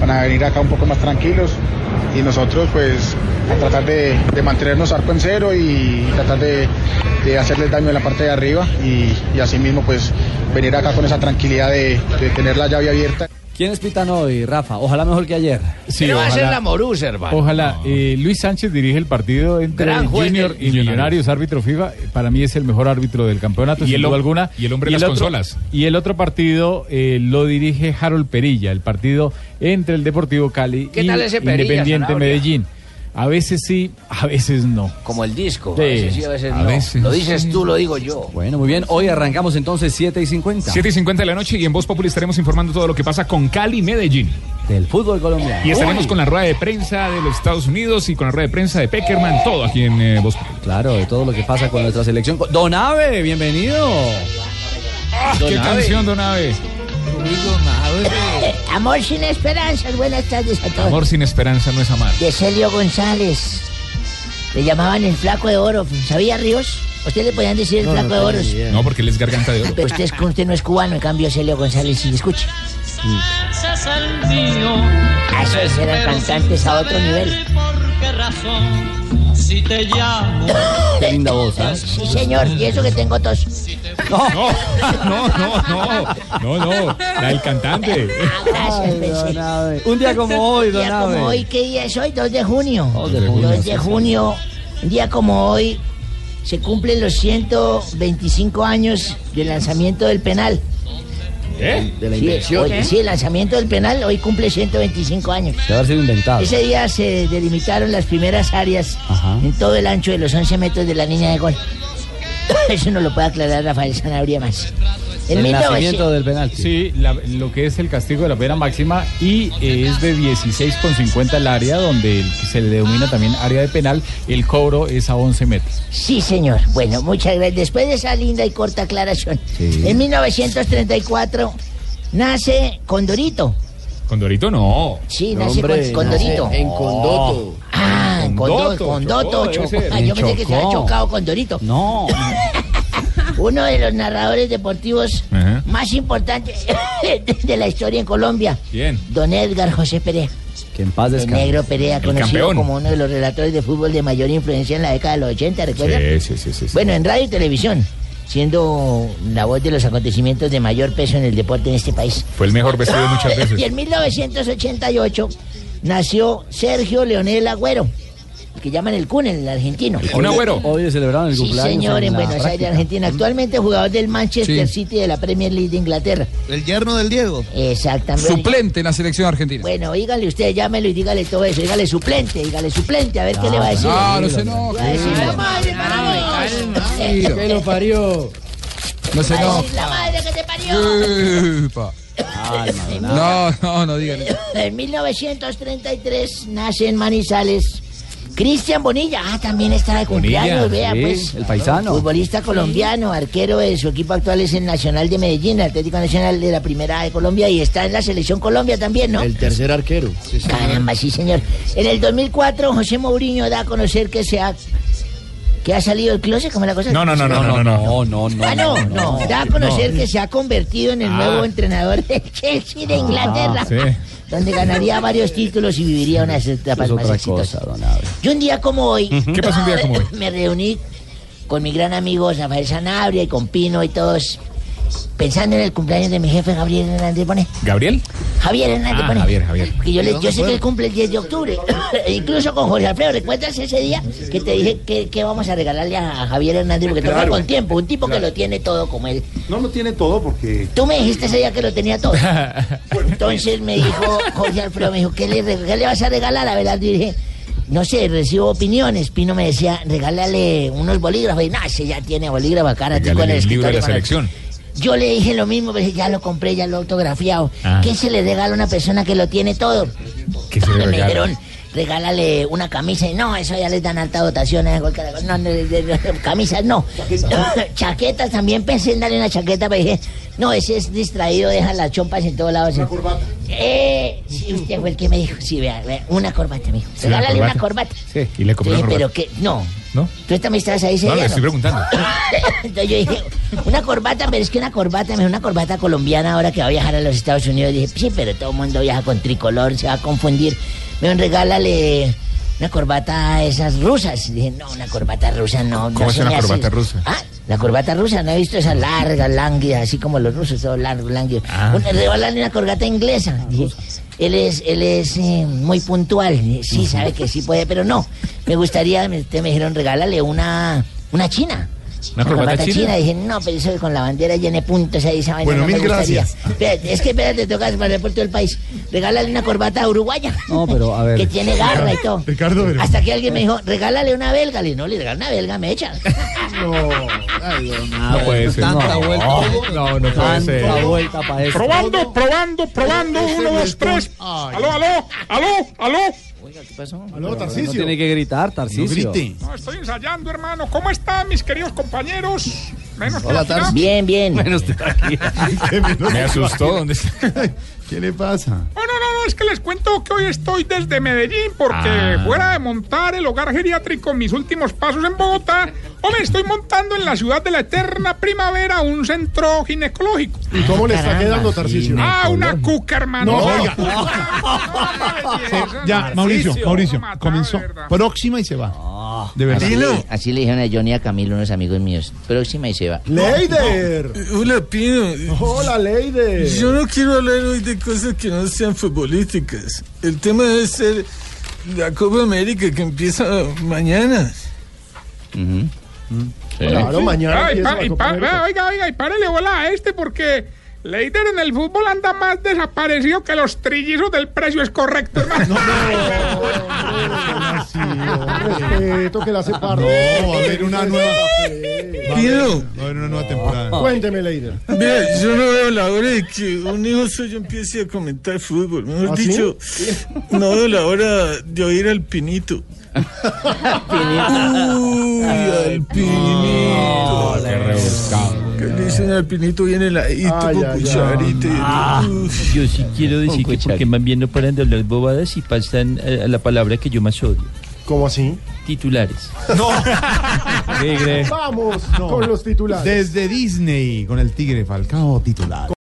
Speaker 25: para venir acá un poco más tranquilos y nosotros pues a tratar de, de mantenernos arco en cero y, tratar de, de hacerles daño en la parte de arriba y, y así mismo pues venir acá con esa tranquilidad de- de tener la llave abierta.
Speaker 10: ¿Quiénes pitan hoy, Rafa? Ojalá mejor que ayer.
Speaker 11: Sí, ojalá- Ojalá. eh, Luis Sánchez dirige el partido entre
Speaker 10: Gran juez
Speaker 11: Junior
Speaker 10: de-
Speaker 11: y Millonarios, árbitro FIFA. eh, Para mí es el mejor árbitro del campeonato,
Speaker 9: Y
Speaker 11: sin
Speaker 9: el
Speaker 11: duda
Speaker 9: hom-
Speaker 11: alguna.
Speaker 9: y el hombre de las
Speaker 11: otro-
Speaker 9: consolas.
Speaker 11: Y el otro partido eh, lo dirige Harold Perilla, el partido entre el Deportivo Cali
Speaker 33: ¿Qué
Speaker 11: y
Speaker 33: tal ese Perilla,
Speaker 11: Independiente
Speaker 33: Zanabria?
Speaker 11: Medellín. A veces sí, a veces no.
Speaker 33: Como el disco.
Speaker 11: Sí.
Speaker 33: A veces sí, a veces
Speaker 11: A
Speaker 33: no.
Speaker 11: veces
Speaker 33: Lo dices tú, lo digo yo.
Speaker 10: Bueno, muy bien. Hoy arrancamos entonces 7 y 50.
Speaker 9: 7 y 50 de la noche y en Voz Populi estaremos informando todo lo que pasa con Cali y Medellín.
Speaker 10: Del fútbol colombiano.
Speaker 9: Y estaremos
Speaker 10: Uy.
Speaker 9: con la rueda de prensa de los Estados Unidos y con la rueda de prensa de Peckerman, todo aquí en eh, Voz Populi.
Speaker 10: Claro, de todo lo que pasa con nuestra selección. Don Ave, bienvenido.
Speaker 9: ¿Qué
Speaker 10: Ave.
Speaker 9: canción, Don Ave?
Speaker 36: Amor sin esperanzas, buenas tardes a todos.
Speaker 9: Amor sin esperanza no es amar.
Speaker 36: De Celio González. Le llamaban el flaco de oro. ¿Sabía Ríos? Usted le podían decir el
Speaker 9: No, no
Speaker 36: flaco de
Speaker 9: tenía
Speaker 36: oros.
Speaker 9: No, porque él es garganta de oro.
Speaker 36: Pero Ah, pues usted, es- usted no es cubano, en cambio Celio González sí, escuche. Ah, esos eran cantantes a otro nivel.
Speaker 4: Si te llamo.
Speaker 36: Qué linda voz,
Speaker 10: ¿ah?
Speaker 36: Sí, señor, y eso que tengo tos.
Speaker 9: No, no, no, no. No, no, la del cantante.
Speaker 36: Ah, Gracias, Messi.
Speaker 10: Un día como hoy, don
Speaker 36: Un día como
Speaker 10: Abe.
Speaker 36: hoy, ¿qué día es hoy? 2 de junio. 2 de
Speaker 10: junio,
Speaker 36: junio.
Speaker 10: sí, sí.
Speaker 36: un día como hoy, se cumplen los 125 años del lanzamiento del penal.
Speaker 4: ¿Eh?
Speaker 36: Sí, hoy- sí, el lanzamiento del penal hoy cumple 125 años.
Speaker 10: De haber sido inventado.
Speaker 36: Ese día se delimitaron las primeras áreas
Speaker 10: Ajá.
Speaker 36: en todo el ancho de los 11 metros de la línea de gol. Eso no lo puede aclarar Rafael Sanabria más. En 1900
Speaker 10: del penalti.
Speaker 11: Sí, la- lo que es el castigo de la pena máxima y eh, es de 16,50 el área, donde el- se le denomina también área de penal. El cobro es a 11 metros.
Speaker 36: Sí, señor. Bueno, muchas gracias. Después de esa linda y corta aclaración,
Speaker 11: Sí.
Speaker 36: en 1934 nace Condorito.
Speaker 9: Condorito no.
Speaker 36: Sí, nace con, Condorito. Oh.
Speaker 24: En Condoto.
Speaker 36: Ah, en Condoto, Condoto,
Speaker 24: Chocó, debe
Speaker 36: Chocó.
Speaker 24: ser.
Speaker 36: Ah, yo pensé que se había
Speaker 24: Chocó.
Speaker 36: chocado Condorito.
Speaker 10: No.
Speaker 36: Uno de los narradores deportivos más importantes de la historia en Colombia,
Speaker 9: Bien.
Speaker 36: don Edgar José Perea.
Speaker 10: Que en paz
Speaker 36: El
Speaker 10: descanse.
Speaker 36: negro Perea,
Speaker 10: El
Speaker 36: conocido
Speaker 10: campeón.
Speaker 36: como uno de los relatores de fútbol de mayor influencia en la década de los 80, ¿recuerda?
Speaker 9: Sí, sí, sí.
Speaker 36: Bueno, en radio y televisión, siendo la voz de los acontecimientos de mayor peso en el deporte en este país.
Speaker 9: Fue el mejor vestido muchas
Speaker 36: Y en
Speaker 9: veces.
Speaker 36: 1988 nació Sergio Leonel Agüero, el que llaman el Kun, el argentino.
Speaker 10: Hoy- Hoy celebraron el
Speaker 36: Sí,
Speaker 10: cumpleaños.
Speaker 36: señor, en
Speaker 10: la
Speaker 36: Buenos Aires,
Speaker 10: práctica.
Speaker 36: Argentina. Actualmente jugador del Manchester
Speaker 26: Sí.
Speaker 36: City de la Premier League de Inglaterra.
Speaker 26: El yerno del Diego.
Speaker 36: Exactamente.
Speaker 26: Suplente en la selección argentina.
Speaker 36: Bueno, dígale usted, llámelo y dígale todo eso. Dígale suplente, dígale suplente, a ver qué le va a decir.
Speaker 26: Ah, No, no se enoje.
Speaker 36: Va a decir, la madre,
Speaker 26: Tranquilo.
Speaker 24: Que lo parió.
Speaker 26: No se
Speaker 36: va a
Speaker 26: no.
Speaker 36: decir, la madre que te parió.
Speaker 26: Epa. No, no, no digan eso.
Speaker 36: En 1933 nace en Manizales Cristian Bonilla. Ah, también está de
Speaker 10: Bonilla,
Speaker 36: cumpleaños, vea,
Speaker 10: sí,
Speaker 36: pues.
Speaker 10: el paisano.
Speaker 36: Futbolista colombiano, arquero de su equipo actual es el Nacional de Medellín, Atlético Nacional de la Primera A de Colombia y está en la Selección Colombia también, ¿no?
Speaker 24: El tercer arquero.
Speaker 36: Caramba, sí, señor. En el 2004, José Mourinho da a conocer que se ha, que ha salido del closet, ¿cómo es la cosa?
Speaker 9: No, no, no, no, no, no.
Speaker 10: No, no, no.
Speaker 36: Ah, no, no, da a conocer que se ha convertido en el
Speaker 10: Ah.
Speaker 36: nuevo entrenador de Chelsea
Speaker 4: Ah,
Speaker 36: de
Speaker 9: Ah,
Speaker 36: Inglaterra, donde ganaría varios títulos y viviría unas etapas
Speaker 10: Es
Speaker 36: más
Speaker 10: otra
Speaker 36: exitosas.
Speaker 10: cosa, don Abe.
Speaker 36: Yo un día como hoy,
Speaker 10: ¿Qué pasó un día como hoy?
Speaker 36: me reuní con mi gran amigo Rafael Sanabria y con Pino y todos, pensando en el cumpleaños de mi jefe Gabriel Hernández Bonet.
Speaker 9: ¿Gabriel?
Speaker 36: Javier Hernández
Speaker 9: Ah,
Speaker 36: Bonet.
Speaker 9: Javier, Javier.
Speaker 36: Que yo, le-
Speaker 9: ¿De dónde
Speaker 36: yo sé
Speaker 9: fue?
Speaker 36: que él cumple el 10 de octubre, E incluso con Jorge Alfredo. ¿Recuerdas ese día que te dije que, que vamos a regalarle a Javier Hernández? Porque toca
Speaker 14: Claro.
Speaker 36: con tiempo, un tipo que
Speaker 14: Claro.
Speaker 36: lo tiene todo como él.
Speaker 14: No lo tiene todo porque.
Speaker 36: Tú me dijiste ese día que lo tenía todo. Entonces me dijo Jorge Alfredo, me dijo, ¿qué le, re- qué le vas a regalar a Velardo? Y dije, no sé, recibo opiniones. Pino me decía, regálale unos bolígrafos. Y no, ese ya tiene bolígrafo acá, a ti con el
Speaker 9: Regálale el libro de
Speaker 36: escritorio.
Speaker 9: la
Speaker 36: con el-
Speaker 9: selección.
Speaker 36: Yo le dije lo mismo, pero dije, ya lo compré, ya lo he autografiado.
Speaker 9: Ah.
Speaker 36: ¿Qué se le regala a una persona que lo tiene todo?
Speaker 9: Que se
Speaker 36: Me
Speaker 9: regala.
Speaker 36: dijeron, regálale una camisa. Y no, eso ya les dan alta dotación. eh, cualquier cosa. No, no, no, no, camisas no. Chaquetas también pensé en darle una chaqueta, pero dije, no, ese es distraído, deja las chompas en todos lados. Una corbata. Eh, sí, usted fue el que me dijo, sí, vea, vea, una corbata, mijo.
Speaker 9: Sí, una
Speaker 36: Regálale una
Speaker 9: corbata.
Speaker 36: corbata.
Speaker 9: Sí. Y le
Speaker 36: Yo
Speaker 9: compré
Speaker 36: dije,
Speaker 9: una
Speaker 36: pero
Speaker 9: corbata.
Speaker 36: que, no.
Speaker 9: ¿No?
Speaker 36: Tú esta me estás ahí,
Speaker 9: No,
Speaker 36: sería,
Speaker 9: le
Speaker 36: ¿no?
Speaker 9: estoy preguntando.
Speaker 36: Entonces yo dije, una corbata, pero es que una corbata, me una corbata colombiana ahora que va a viajar a los Estados Unidos. Dije, sí, pero todo el mundo viaja con tricolor, se va a confundir. Me dijeron, regálale una corbata a esas rusas. Dije, no, una corbata rusa no. no
Speaker 9: ¿Cómo es
Speaker 36: se me
Speaker 9: una
Speaker 36: hace".
Speaker 9: corbata rusa?
Speaker 36: Ah, La corbata rusa, no he visto esa larga, lánguida, así como los rusos, todo largo, lánguido.
Speaker 9: Ah.
Speaker 36: Una, regálale una corbata inglesa. Dije, él es, él es eh, muy puntual, Dije, sí, sabe que sí puede, pero no. Me gustaría, me, ustedes me dijeron, regálale una, una china.
Speaker 9: ¿Una corbata china?
Speaker 36: Dije, no, pero eso con la bandera llene puntos ahí, esa vaina
Speaker 9: Bueno,
Speaker 36: no
Speaker 9: mil
Speaker 36: me gustaría.
Speaker 9: gracias.
Speaker 36: Espérate, es que espérate, tocas para por todo el país. Regálale una corbata uruguaya.
Speaker 10: No, pero a ver.
Speaker 36: Que tiene garra y todo.
Speaker 10: Ricardo, pero-
Speaker 36: Hasta que alguien me dijo, regálale una belga. Le dije, no, le regalo una belga, me echa.
Speaker 26: No,
Speaker 9: No Ah, puede ser.
Speaker 26: Tanta
Speaker 9: no.
Speaker 26: vuelta.
Speaker 9: No, no puede ser.
Speaker 15: Probando, probando, probando. Uno, dos, tres. Aló, aló, aló, aló. Oiga, ¿qué pasó? Aló,
Speaker 10: No tiene que gritar, Tarcisio.
Speaker 15: No, estoy ensayando, hermano. ¿Cómo están mis queridos compañeros? Menos
Speaker 10: Hola,
Speaker 15: por acá.
Speaker 10: Tarsi.
Speaker 36: Bien, bien.
Speaker 10: Menos
Speaker 15: Me asustó,
Speaker 9: ¿dónde
Speaker 15: está?
Speaker 9: ¿Qué le pasa?
Speaker 15: Oh, no, no, no, es que les cuento que hoy estoy desde Medellín porque
Speaker 8: Ah.
Speaker 15: fuera de montar el hogar geriátrico mis últimos pasos en Bogotá, o me estoy montando en la ciudad de la eterna primavera un centro ginecológico.
Speaker 5: ¿Y cómo le está quedando, Tarcisio?
Speaker 15: Ah, una cuca, hermano.
Speaker 5: No,
Speaker 15: Una
Speaker 5: oiga.
Speaker 15: cuca.
Speaker 8: Ya, Mauricio, Mauricio, comenzó. Próxima y se va.
Speaker 9: Ah.
Speaker 8: de verdad.
Speaker 36: Así,
Speaker 8: Dilo.
Speaker 36: así le dijeron a Johnny y a Camilo, unos amigos míos. Próxima y se va.
Speaker 5: Leider.
Speaker 8: Hola, Pino.
Speaker 5: Hola, Leider.
Speaker 8: Yo no quiero hablar hoy de cosas que no sean futbolísticas. El tema debe ser la Copa América que empieza mañana.
Speaker 5: Claro, mañana
Speaker 15: Ay,
Speaker 5: empieza
Speaker 15: pa-
Speaker 5: la
Speaker 15: y
Speaker 5: Copa
Speaker 15: pa-
Speaker 5: América.
Speaker 15: vea, oiga, oiga, y párele bola a este porque Leiter en el fútbol anda más desaparecido que los trillizos del precio es correcto, hermano.
Speaker 5: Respeto que la hace pardo.
Speaker 8: No, va a haber una nueva- Pino.
Speaker 5: una nueva temporada. Cuénteme, Leider.
Speaker 8: Vea, yo no veo la hora de que un hijo suyo empiece a comentar fútbol. Mejor
Speaker 5: ¿Ah, sí?
Speaker 8: dicho, no veo la hora de oír al pinito. Uy, al pinito. Que le dicen al pinito viene la con cucharita. y- Uf.
Speaker 37: Ah, Yo sí quiero decir que porque más bien no paran de hablar bobadas y pasan eh, a la palabra que yo más odio.
Speaker 5: ¿Cómo así?
Speaker 37: Titulares.
Speaker 5: Vamos con los titulares.
Speaker 38: Desde Disney, con el Tigre Falcao titular.